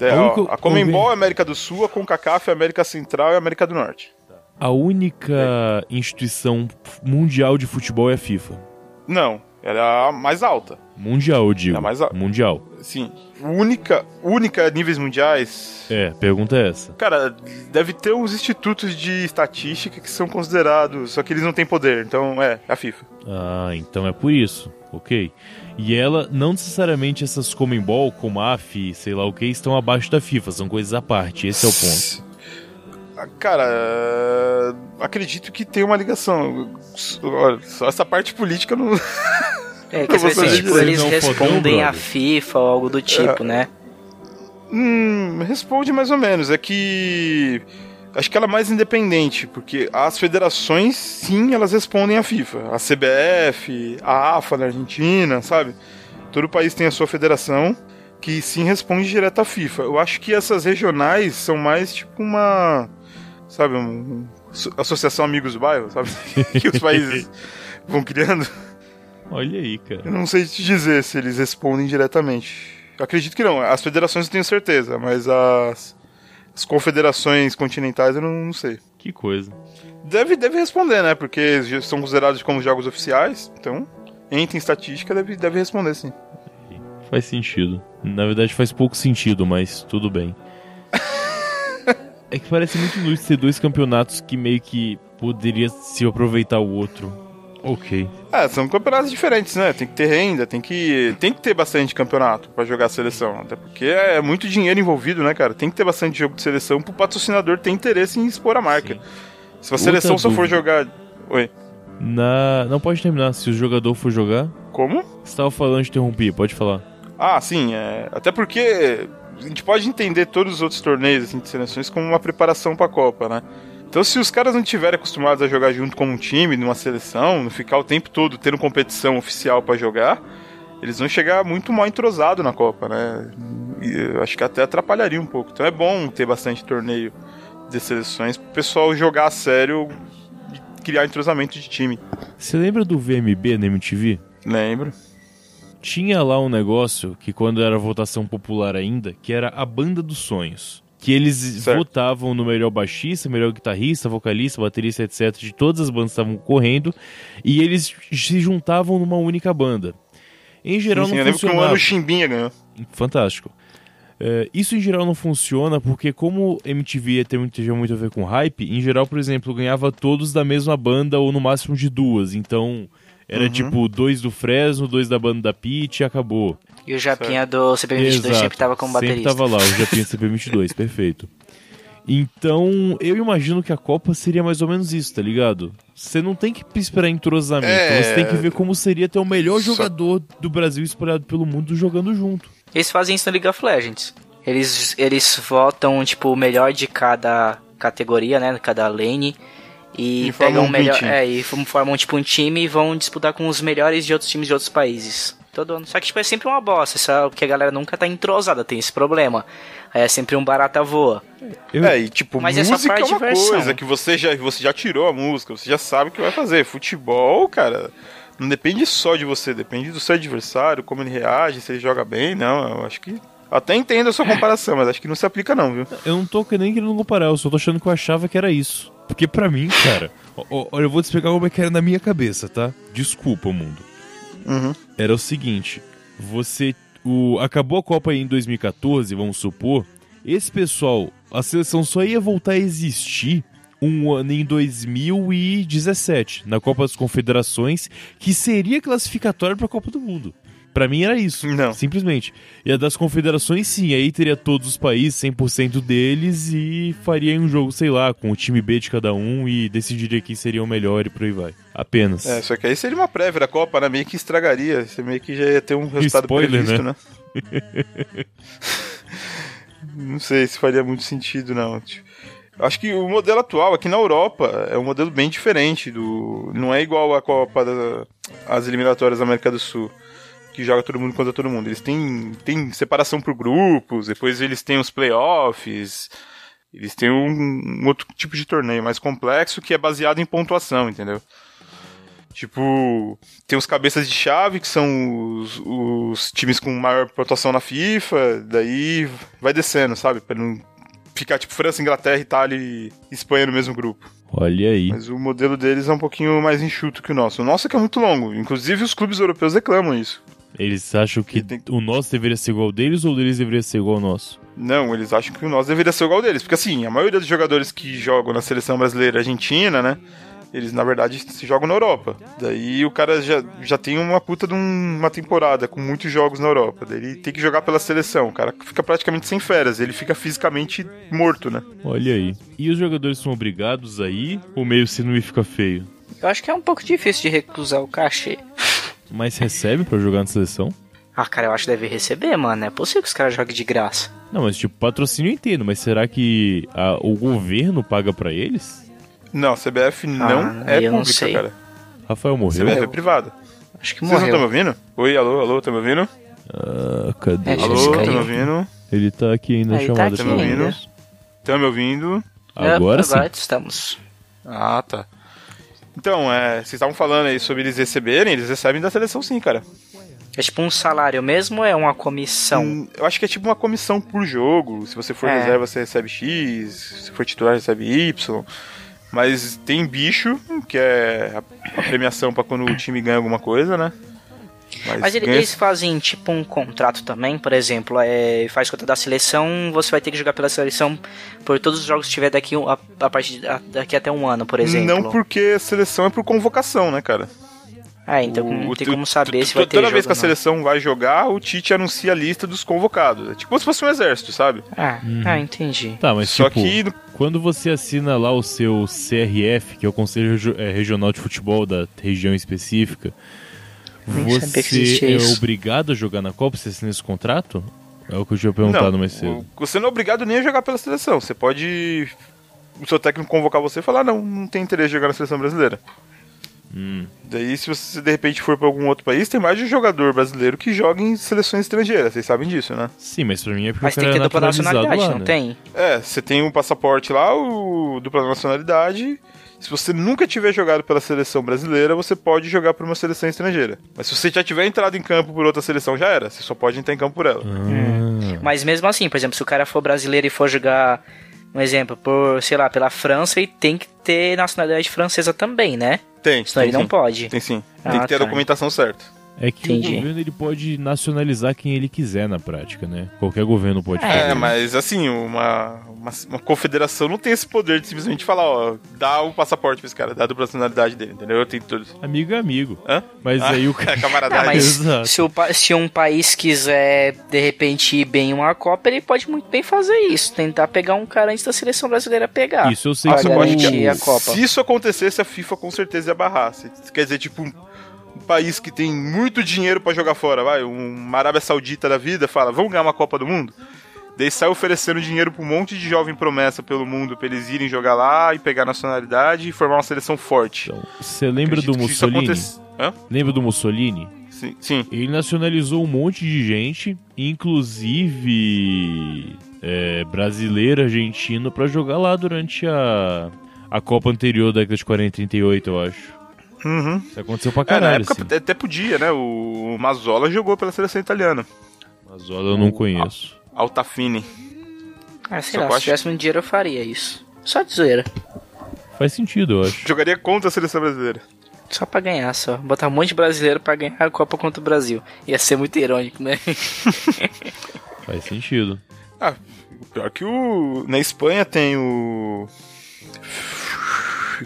S2: É,
S4: A
S2: ó,
S4: única-
S2: a Comembol é América do Sul, a CONCACAF é América Central e América do Norte.
S4: A única instituição mundial de futebol é a FIFA.
S2: Não, ela é a mais alta.
S4: Mundial, eu digo.
S2: É, mas a-
S4: Mundial.
S2: Sim. Única, única a níveis mundiais,
S4: É, a pergunta é essa.
S2: Cara, deve ter uns institutos de estatística que são considerados, só que eles não têm poder, então é, a FIFA.
S4: Ah, então é por isso. Ok. E ela, não necessariamente essas Comembol, Comaf, sei lá o que, estão abaixo da FIFA. São coisas à parte. Esse é o ponto.
S2: Ah, Cara, ah, acredito que tem uma ligação. Olha, Só essa parte política não.
S1: É, quer
S2: Eu vou
S1: dizer, assim,
S2: fazer
S1: tipo,
S2: isso.
S1: eles
S4: Não, fodão,
S1: respondem à
S4: brother.
S1: FIFA ou algo do
S2: É.
S1: tipo, né?
S2: Hum, responde mais ou menos. É que. Acho que ela é mais independente, porque as federações, sim, elas respondem à FIFA. A CBF, a AFA na Argentina, sabe? Todo país tem a sua federação, que sim responde direto à FIFA. Eu acho que essas regionais são mais tipo uma. Sabe? um- asso- Associação Amigos do Bairro, sabe? que os países vão criando.
S4: Olha aí, cara.
S2: Eu não sei te dizer se eles respondem diretamente. Eu acredito que não. As federações eu tenho certeza, mas as, as confederações continentais eu não, não sei.
S4: Que coisa.
S2: Deve, deve responder, né? Porque já são considerados como jogos oficiais, então, entra em estatística, deve, deve responder sim.
S4: Faz sentido. Na verdade, faz pouco sentido, mas tudo bem. é que parece muito inútil ter dois campeonatos que meio que poderia se aproveitar o outro. Ok.
S2: É, são campeonatos diferentes, né? Tem que ter renda, tem que, tem que ter bastante campeonato pra jogar a seleção. Até porque é muito dinheiro envolvido, né, cara? Tem que ter bastante jogo de seleção pro patrocinador ter interesse em expor a marca.
S4: Sim.
S2: Se a seleção só for
S4: dúvida.
S2: jogar. Oi.
S4: Na... Não pode terminar. Se o jogador for jogar.
S2: Como?
S4: Você tava falando de interromper, pode falar.
S2: Ah, sim, é, até porque a gente pode entender todos os outros torneios assim, de seleções como uma preparação para a Copa, né? Então, se os caras não estiverem acostumados a jogar junto como um time, numa seleção, não ficar o tempo todo tendo competição oficial para jogar, eles vão chegar muito mal entrosado na Copa, né? E eu acho que até atrapalharia um pouco. Então, é bom ter bastante torneio de seleções para o pessoal jogar a sério e criar entrosamento de time.
S4: Você lembra do VMB na MTV?
S2: Lembro.
S4: Tinha lá um negócio que quando era votação popular ainda, que era a banda dos sonhos. Que eles
S2: Certo.
S4: votavam no melhor baixista, melhor guitarrista, vocalista, baterista, etc. De todas as bandas que estavam correndo. E eles se juntavam numa única banda. Em geral
S2: Sim, eu
S4: não
S2: lembro que um ano
S4: funcionava.
S2: o Chimbinha ganhou.
S4: Fantástico. É, isso em geral não funciona porque como MTV tem muito, tinha muito a ver com hype, em geral, por exemplo, ganhava todos da mesma banda ou no máximo de duas. Então era
S1: Uhum.
S4: tipo dois do Fresno, dois da banda da Pit e acabou.
S1: E o Japinha do CP22 sempre tava como
S4: Sempre
S1: baterista.
S4: tava lá, o Japinha CP22, perfeito. Então, eu imagino que a Copa seria mais ou menos isso, tá ligado? Você não tem que esperar entrosamento,
S2: É.
S4: você tem que ver como seria ter o melhor
S2: Só-
S4: jogador do Brasil espalhado pelo mundo jogando junto.
S1: Eles fazem isso no League of Legends. Eles, eles votam, tipo, o melhor de cada categoria, né? Cada lane. E,
S2: E formam
S1: pegam o
S2: um
S1: melhor.
S2: time.
S1: É, e form- formam tipo um time e vão disputar com os melhores de outros times de outros países. Todo ano. Só que tipo, é sempre uma bosta, só porque a galera nunca tá entrosada, tem esse problema. Aí é sempre um barata voa.
S4: Eu-
S2: É, e tipo,
S1: Mas essa
S2: música é
S1: parte
S2: uma
S1: de versão.
S2: coisa que você já, você já tirou a música, você já sabe o que vai fazer. Futebol, cara, não depende só de você, depende do seu adversário, como ele reage, se ele joga bem, não. Eu acho que. Até entendo a sua comparação, mas acho que não se aplica, não, viu?
S4: Eu não tô nem querendo comparar, eu só tô achando que eu achava que era isso. Porque pra mim, cara, ó- ó- olha, eu vou te explicar como é que era na minha cabeça, tá? Desculpa, mundo.
S2: Uhum.
S4: Era o seguinte, você o acabou a Copa aí em 2014, vamos supor, esse pessoal, a seleção só ia voltar a existir um ano em 2017, na Copa das Confederações, que seria classificatória pra Copa do Mundo. Pra mim era isso.
S2: Não.
S4: Simplesmente. E a das confederações, sim, aí teria todos os países, 100% deles, e faria um jogo, sei lá, com o time B de cada um e decidiria quem seria o melhor e por aí vai. Apenas.
S2: É, só que aí seria uma prévia da Copa, né? Meio que estragaria. Você meio que já ia ter um resultado
S4: Spoiler,
S2: previsto,
S4: né?
S2: né? não sei se faria muito sentido, não. Tipo, Acho que o modelo atual aqui na Europa é um modelo bem diferente do. Não é igual a Copa da... as eliminatórias da América do Sul. Que joga todo mundo contra todo mundo. Eles têm, têm separação por grupos, depois eles têm os playoffs. Eles têm um, um outro tipo de torneio mais complexo que é baseado em pontuação, entendeu? Tipo, tem os cabeças de chave, que são os, os times com maior pontuação na FIFA, daí vai descendo, sabe? Pra não ficar tipo França, Inglaterra, Itália e Espanha no mesmo grupo.
S4: Olha aí.
S2: Mas o modelo deles é um pouquinho mais enxuto que o nosso. O nosso é que é muito longo, inclusive os clubes europeus reclamam isso.
S4: Eles acham que
S2: E tem-
S4: o nosso deveria ser igual ao deles ou o deles deveria ser igual ao nosso?
S2: Não, eles acham que o nosso deveria ser igual ao deles, porque assim, a maioria dos jogadores que jogam na seleção brasileira e argentina, né? Eles, na verdade, se jogam na Europa. Daí o cara já, já tem uma puta de um- uma temporada com muitos jogos na Europa. Daí ele tem que jogar pela seleção. O cara fica praticamente sem férias. Ele fica fisicamente morto, né?
S4: Olha aí. E os jogadores são obrigados aí? Ou meio se não fica feio?
S1: Eu acho que é um pouco difícil de recusar o cachê.
S4: Mas recebe pra jogar na seleção?
S1: Ah, cara, eu acho que deve receber, mano. É possível que os caras joguem de graça.
S4: Não, mas tipo, patrocínio eu entendo, mas será que a- o governo paga pra eles?
S2: Não, a CBF não é
S1: Ah, eu não
S2: pública,
S1: sei.
S2: cara.
S4: Rafael morreu?
S2: CBF é privada.
S1: Acho que
S2: Vocês não estão me
S1: morreu.
S2: ouvindo? Oi, alô, alô, estão me ouvindo?
S4: Ah, cadê?
S1: É,
S2: Alô,
S1: Jesus
S2: estão
S1: caiu.
S2: me ouvindo?
S4: Ele tá aqui ainda
S1: Ele tá
S4: chamado.
S1: aqui
S4: pelo
S2: ainda.
S4: menos.
S2: Estão me ouvindo?
S1: É,
S4: Agora sim.
S1: Agora estamos.
S2: Ah, tá. Então, é, vocês estavam falando aí sobre eles receberem, eles recebem da seleção sim, cara.
S1: É tipo um salário mesmo ou é uma comissão?
S2: Hum, Eu acho que é tipo uma comissão por jogo. Se você for
S1: É.
S2: reserva, você recebe X, se for titular, recebe Y. Mas tem bicho, que é a- a premiação pra quando o time ganha alguma coisa, né?
S1: Mas ele-
S2: ganha-
S1: eles fazem tipo um contrato também, por exemplo, é, faz conta da seleção, você vai ter que jogar pela seleção por todos os jogos que tiver daqui um- a, a partir de- a- daqui até um ano, por exemplo.
S2: Não porque a seleção é por convocação, né, cara?
S1: Ah, então
S2: O-
S1: não tem
S2: tu-
S1: como saber
S2: tu-
S1: se
S2: tu-
S1: vai ter
S2: Toda
S1: jogo
S2: vez que a
S1: ou não.
S2: seleção vai jogar, o Tite anuncia a lista dos convocados. É tipo como se fosse um exército, sabe?
S1: Ah, ah, entendi.
S4: Tá, mas
S2: Só
S4: tipo,
S2: que
S4: quando você assina lá o seu CRF, que é o Conselho Regi- eh, Regional de Futebol da região específica,
S1: Nem sabia que
S4: você
S1: existia
S4: é
S1: isso.
S4: obrigado a jogar na Copa? Você assina esse contrato? É o que eu tinha perguntado mais cedo.
S2: o- Você não é obrigado nem a jogar pela seleção. Você pode. O seu técnico convocar você e falar: "Ah, não, não tem interesse de jogar na seleção brasileira.
S4: Hum.
S2: Daí, se você de repente for pra algum outro país, tem mais de um jogador brasileiro que joga em seleções estrangeiras. Vocês sabem disso, né?
S4: Sim, mas pra mim é porque
S1: Mas
S4: o
S1: tem que ter
S4: cara é
S1: dupla
S4: naturalizado
S1: nacionalidade, não
S4: lá, né?
S1: tem?
S2: É, você tem um passaporte lá, o dupla nacionalidade. Se você nunca tiver jogado pela seleção brasileira, você pode jogar por uma seleção estrangeira. Mas se você já tiver entrado em campo por outra seleção, já era. Você só pode entrar em campo por ela.
S4: Ah,
S1: Mas mesmo assim, por exemplo, se o cara for brasileiro e for jogar, um exemplo, por, sei lá, pela França, ele tem que ter nacionalidade francesa também, né?
S2: Tem.
S1: Senão ele
S2: tem
S1: não
S2: sim.
S1: pode.
S2: Tem sim.
S1: Ah,
S2: tem que ter
S1: tá.
S2: a documentação certa.
S4: é que
S1: Entendi.
S4: o governo ele pode nacionalizar quem ele quiser na prática, né? Qualquer governo pode fazer.
S2: É,
S4: isso.
S2: mas assim, uma, uma, uma confederação não tem esse poder de simplesmente falar, ó, dá o passaporte pra esse cara, dá a dupla nacionalidade dele, entendeu? Tem tudo.
S4: Amigo é amigo.
S2: Hã?
S4: Mas
S2: Ah,
S4: aí o cara.
S2: é
S1: Ah,
S2: camaradagem.
S1: mas
S4: Exato.
S1: se, o pa- se um país quiser, de repente, ir bem em uma Copa, ele pode muito bem fazer isso. Tentar pegar um cara antes da seleção brasileira pegar.
S4: Isso eu sei
S2: Ah,
S4: que
S2: você
S1: pra
S2: pode
S1: garantir
S2: que-
S1: a Copa.
S2: Se isso acontecesse, a FIFA com certeza ia barrar. Se- Quer dizer, tipo, um, um país que tem muito dinheiro pra jogar fora, vai, um- uma Arábia Saudita da vida, fala, vamos ganhar uma Copa do Mundo? Daí sai oferecendo dinheiro pra um monte de jovem promessa pelo mundo pra eles irem jogar lá e pegar nacionalidade e formar uma seleção forte.
S4: Então, você lembra
S2: Acredito
S4: do
S2: que isso
S4: Mussolini?
S2: aconte- Hã?
S4: Lembra do Mussolini?
S2: Sim, sim.
S4: Ele nacionalizou um monte de gente, inclusive é, brasileiro, argentino, pra jogar lá durante a, a Copa anterior da década de 40 e 38, eu acho.
S2: Uhum.
S4: Isso aconteceu pra
S2: É, na
S4: caralho,
S2: época
S4: assim.
S2: até- até podia, né? O Mazola jogou pela seleção italiana.
S4: Mas olha, eu não conheço.
S2: Altafine.
S1: Ah, sei
S2: Só
S1: lá,
S2: que eu
S1: se
S2: acho-
S1: tivesse muito dinheiro eu faria isso. Só de zoeira.
S4: Faz sentido, eu acho.
S2: Jogaria contra a seleção brasileira.
S1: Só pra ganhar, só. Botar um monte de brasileiro pra ganhar a Copa contra o Brasil. Ia ser muito irônico, né?
S4: Faz sentido.
S2: Ah, o pior que o. Na Espanha tem o.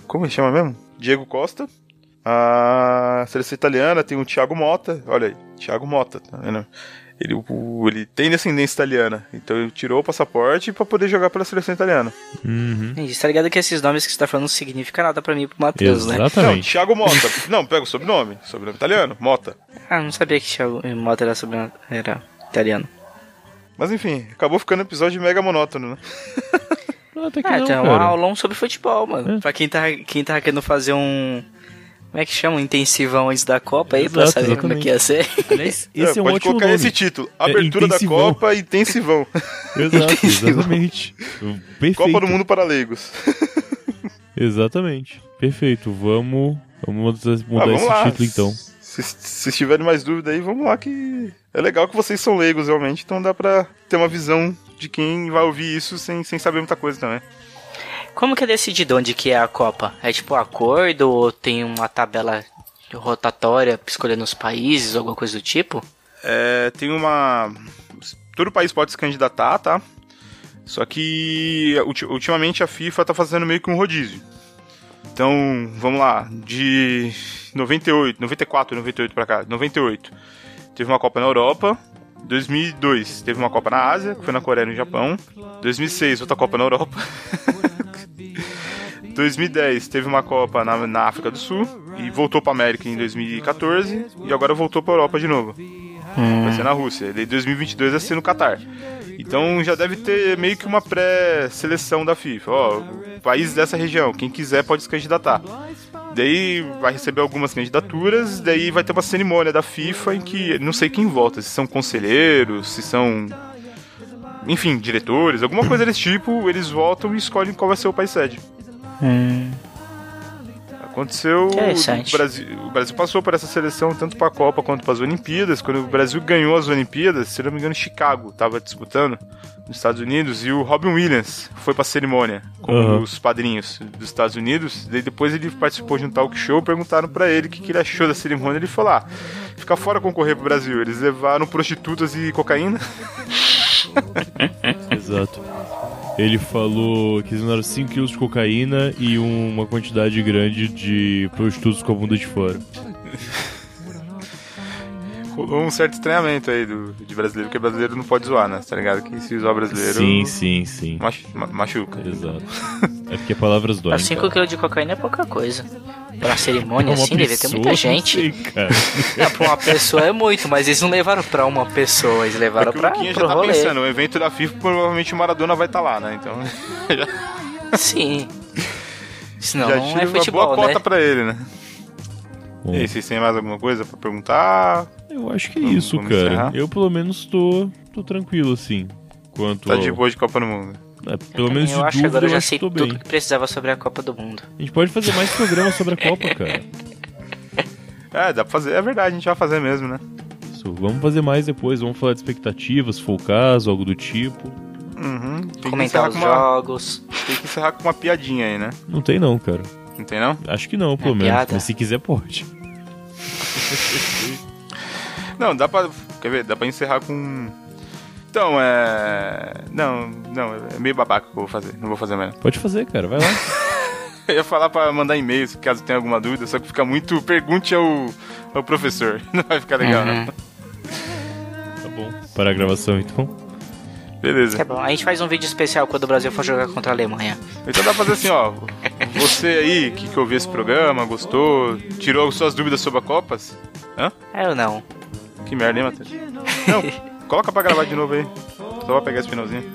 S2: Como ele chama mesmo? Diego Costa. A seleção italiana tem o Thiago Mota. Olha aí, Thiago Mota, tá vendo? Ele, o- ele tem descendência italiana, então ele tirou o passaporte pra poder jogar pela seleção italiana.
S4: Uhum.
S1: Gente, tá ligado que esses nomes que você tá falando não significa nada pra mim e pro Matheus, né?
S2: Não,
S4: Exatamente.
S2: Thiago Mota. Não, pega o sobrenome. Sobrenome italiano, Mota.
S1: Ah, não sabia que Thiago Mota era, sobre... era italiano.
S2: Mas enfim, acabou ficando um episódio mega monótono, né?
S4: Não, até que
S1: Ah,
S4: não,
S1: então é um
S4: cara.
S1: aulão sobre futebol, mano.
S4: É.
S1: Pra quem tá, quem tá querendo fazer um. Como é que chama? Um intensivão antes da Copa aí, pra
S4: Exato,
S1: saber como é que
S4: exatamente.
S1: ia ser.
S4: Aliás, esse é, um
S2: pode
S4: ótimo
S2: colocar
S4: nome. É,
S2: esse tipo. título. Abertura da
S4: intensivão.
S2: Copa Intensivão.
S4: Exato, exatamente. Perfeito.
S2: Copa do Mundo para leigos.
S4: Exatamente. Perfeito. Vamos, vamos mudar
S2: Ah, vamos
S4: esse
S2: lá.
S4: título então.
S2: Se, se tiverem mais dúvida aí, vamos lá que é legal que vocês são leigos realmente, então dá pra ter uma visão de quem vai ouvir isso sem, sem saber muita coisa também.
S1: Como que é decidido onde que é a Copa? É tipo um acordo ou tem uma tabela rotatória escolhendo os países, alguma coisa do tipo?
S2: É, tem uma. Todo país pode se candidatar, tá? Só que ulti- ultimamente a FIFA tá fazendo meio que um rodízio. Então, vamos lá, de 98, 94, 98 pra cá, 98. Teve uma Copa na Europa. 2002 teve uma Copa na Ásia, que foi na Coreia e no Japão. 2006 outra Copa na Europa. 2010 teve uma Copa na, na África do Sul e voltou pra América em 2014 e agora voltou pra Europa de novo. Vai ser na Rússia. Daí 2022 vai ser no Catar. Então já deve ter meio que uma pré-seleção da FIFA. Ó, país dessa região, quem quiser pode se candidatar. Daí vai receber algumas candidaturas, daí vai ter uma cerimônia da FIFA em que não sei quem vota, se são conselheiros, se são. Enfim, diretores, alguma coisa desse tipo, eles votam e escolhem qual vai ser o país sede. Aconteceu.
S1: Interessante.
S2: O Brasil, o Brasil passou por essa seleção tanto para a Copa quanto para as Olimpíadas. Quando o Brasil ganhou as Olimpíadas, se não me engano, Chicago estava disputando nos Estados Unidos e o Robin Williams foi para a cerimônia com
S4: Aham.
S2: os padrinhos dos Estados Unidos. Daí depois ele participou de um talk show, perguntaram para ele o que, que ele achou da cerimônia. Ele falou: ah, fica fora concorrer pro Brasil. Eles levaram prostitutas e cocaína.
S4: Exato. Ele falou que eles mandaram 5 quilos de cocaína e uma quantidade grande de prostitutos com a bunda de fora.
S2: Rolou um certo estranhamento aí do, de brasileiro, porque brasileiro não pode zoar, né? Tá ligado? Que se zoar brasileiro.
S4: Sim, sim, sim.
S2: machu- ma- machuca.
S4: Exato. É porque palavras doem.
S1: Pra 5 kg de cocaína é pouca coisa. Pra uma
S4: Pra
S1: cerimônia
S4: É uma
S1: assim, devia ter
S4: pessoa,
S1: muita gente.
S4: Não sei, cara.
S1: Não, pra uma pessoa é muito, mas eles não levaram pra uma pessoa, eles levaram
S2: Porque
S1: pra
S2: o Luquinha
S1: pro
S2: já tá
S1: rolê.
S2: pensando, o evento da FIFA provavelmente o Maradona vai estar lá, né? Então
S1: Sim. Senão
S2: já
S1: não
S2: tira
S1: é
S2: uma
S1: futebol,
S2: boa
S1: né?
S2: cota pra ele, né?
S4: Bom,
S2: E aí, vocês têm mais alguma coisa pra perguntar?
S4: eu acho que é
S2: Vamos-
S4: isso,
S2: vamos
S4: cara.
S2: encerrar?
S4: Eu pelo menos tô, tô tranquilo, assim. Quanto
S2: Tá de
S4: ao-
S2: boa de Copa do Mundo.
S4: é, pelo menos de
S1: eu acho que
S4: dúvida,
S1: agora eu já
S4: acho
S1: sei
S4: que tô
S1: tudo
S4: bem.
S1: que precisava sobre a Copa do Mundo.
S4: A gente pode fazer mais programas sobre a Copa, cara.
S2: É, dá pra fazer, é verdade, a gente vai fazer mesmo, né?
S4: Isso, vamos fazer mais depois, vamos falar de expectativas, se for o caso, algo do tipo.
S2: Uhum. Tem que,
S1: Comentar
S2: encerrar
S1: os
S2: com uma,
S1: jogos.
S2: tem que encerrar com uma piadinha aí, né?
S4: Não tem não, cara.
S2: Não tem não?
S4: Acho que não, pelo
S1: É
S4: menos.
S1: piada.
S4: Mas se quiser, pode.
S2: Não, dá pra. Quer ver? Dá pra encerrar com. um. Então, é. Não, não, é meio babaca o que eu vou fazer. Não vou fazer mais. não.
S4: Pode fazer, cara. Vai lá.
S2: Eu ia falar pra mandar e-mail se caso tenha alguma dúvida, só que fica muito. Pergunte ao, ao professor. Não vai ficar legal, né?
S4: tá bom. Para a gravação, então.
S2: Beleza.
S1: Tá bom, a gente faz um vídeo especial quando o Brasil for jogar contra a Alemanha.
S2: Então dá pra fazer assim, ó. Você aí que, que ouviu esse programa, gostou, tirou suas dúvidas sobre a Copas?
S1: Eu É não.
S2: Que merda, hein, Matheus? Não, coloca pra gravar de novo aí. Só pra pegar esse finalzinho.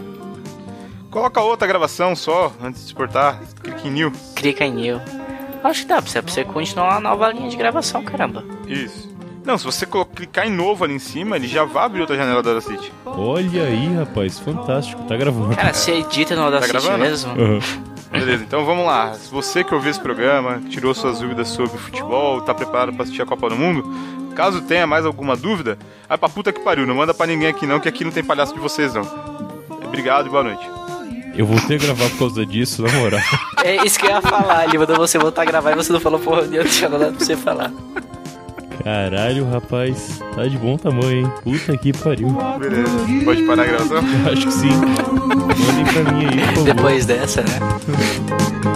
S2: Coloca outra gravação só, antes de exportar. Clique em new.
S1: Clica em new. Acho que dá pra você, pra você continuar uma nova linha de gravação, caramba.
S2: Isso. Não, se você colo- clicar em novo ali em cima, ele já vai abrir outra janela da Audacity.
S4: Olha aí, rapaz, fantástico. Tá gravando.
S1: Cara, você edita no
S4: Tá
S1: Audacity
S2: gravando?
S1: mesmo?
S4: Aham.
S2: Beleza, então vamos lá. Se Você que ouviu esse programa, tirou suas dúvidas sobre futebol, tá preparado pra assistir a Copa do Mundo? Caso tenha mais alguma dúvida, vai pra puta que pariu, não manda pra ninguém aqui não, que aqui não tem palhaço de vocês não. Obrigado e boa noite.
S4: Eu voltei a gravar por causa disso, na moral.
S1: É isso que eu ia falar, ele mandou você voltar a gravar e você não falou porra nenhuma, não tinha nada pra você falar.
S4: Caralho, rapaz, tá de bom tamanho, hein? Puta que pariu.
S2: Beleza, pode parar a gravação?
S4: Acho que sim. Mandem pra mim aí, por favor.
S1: Depois dessa, né?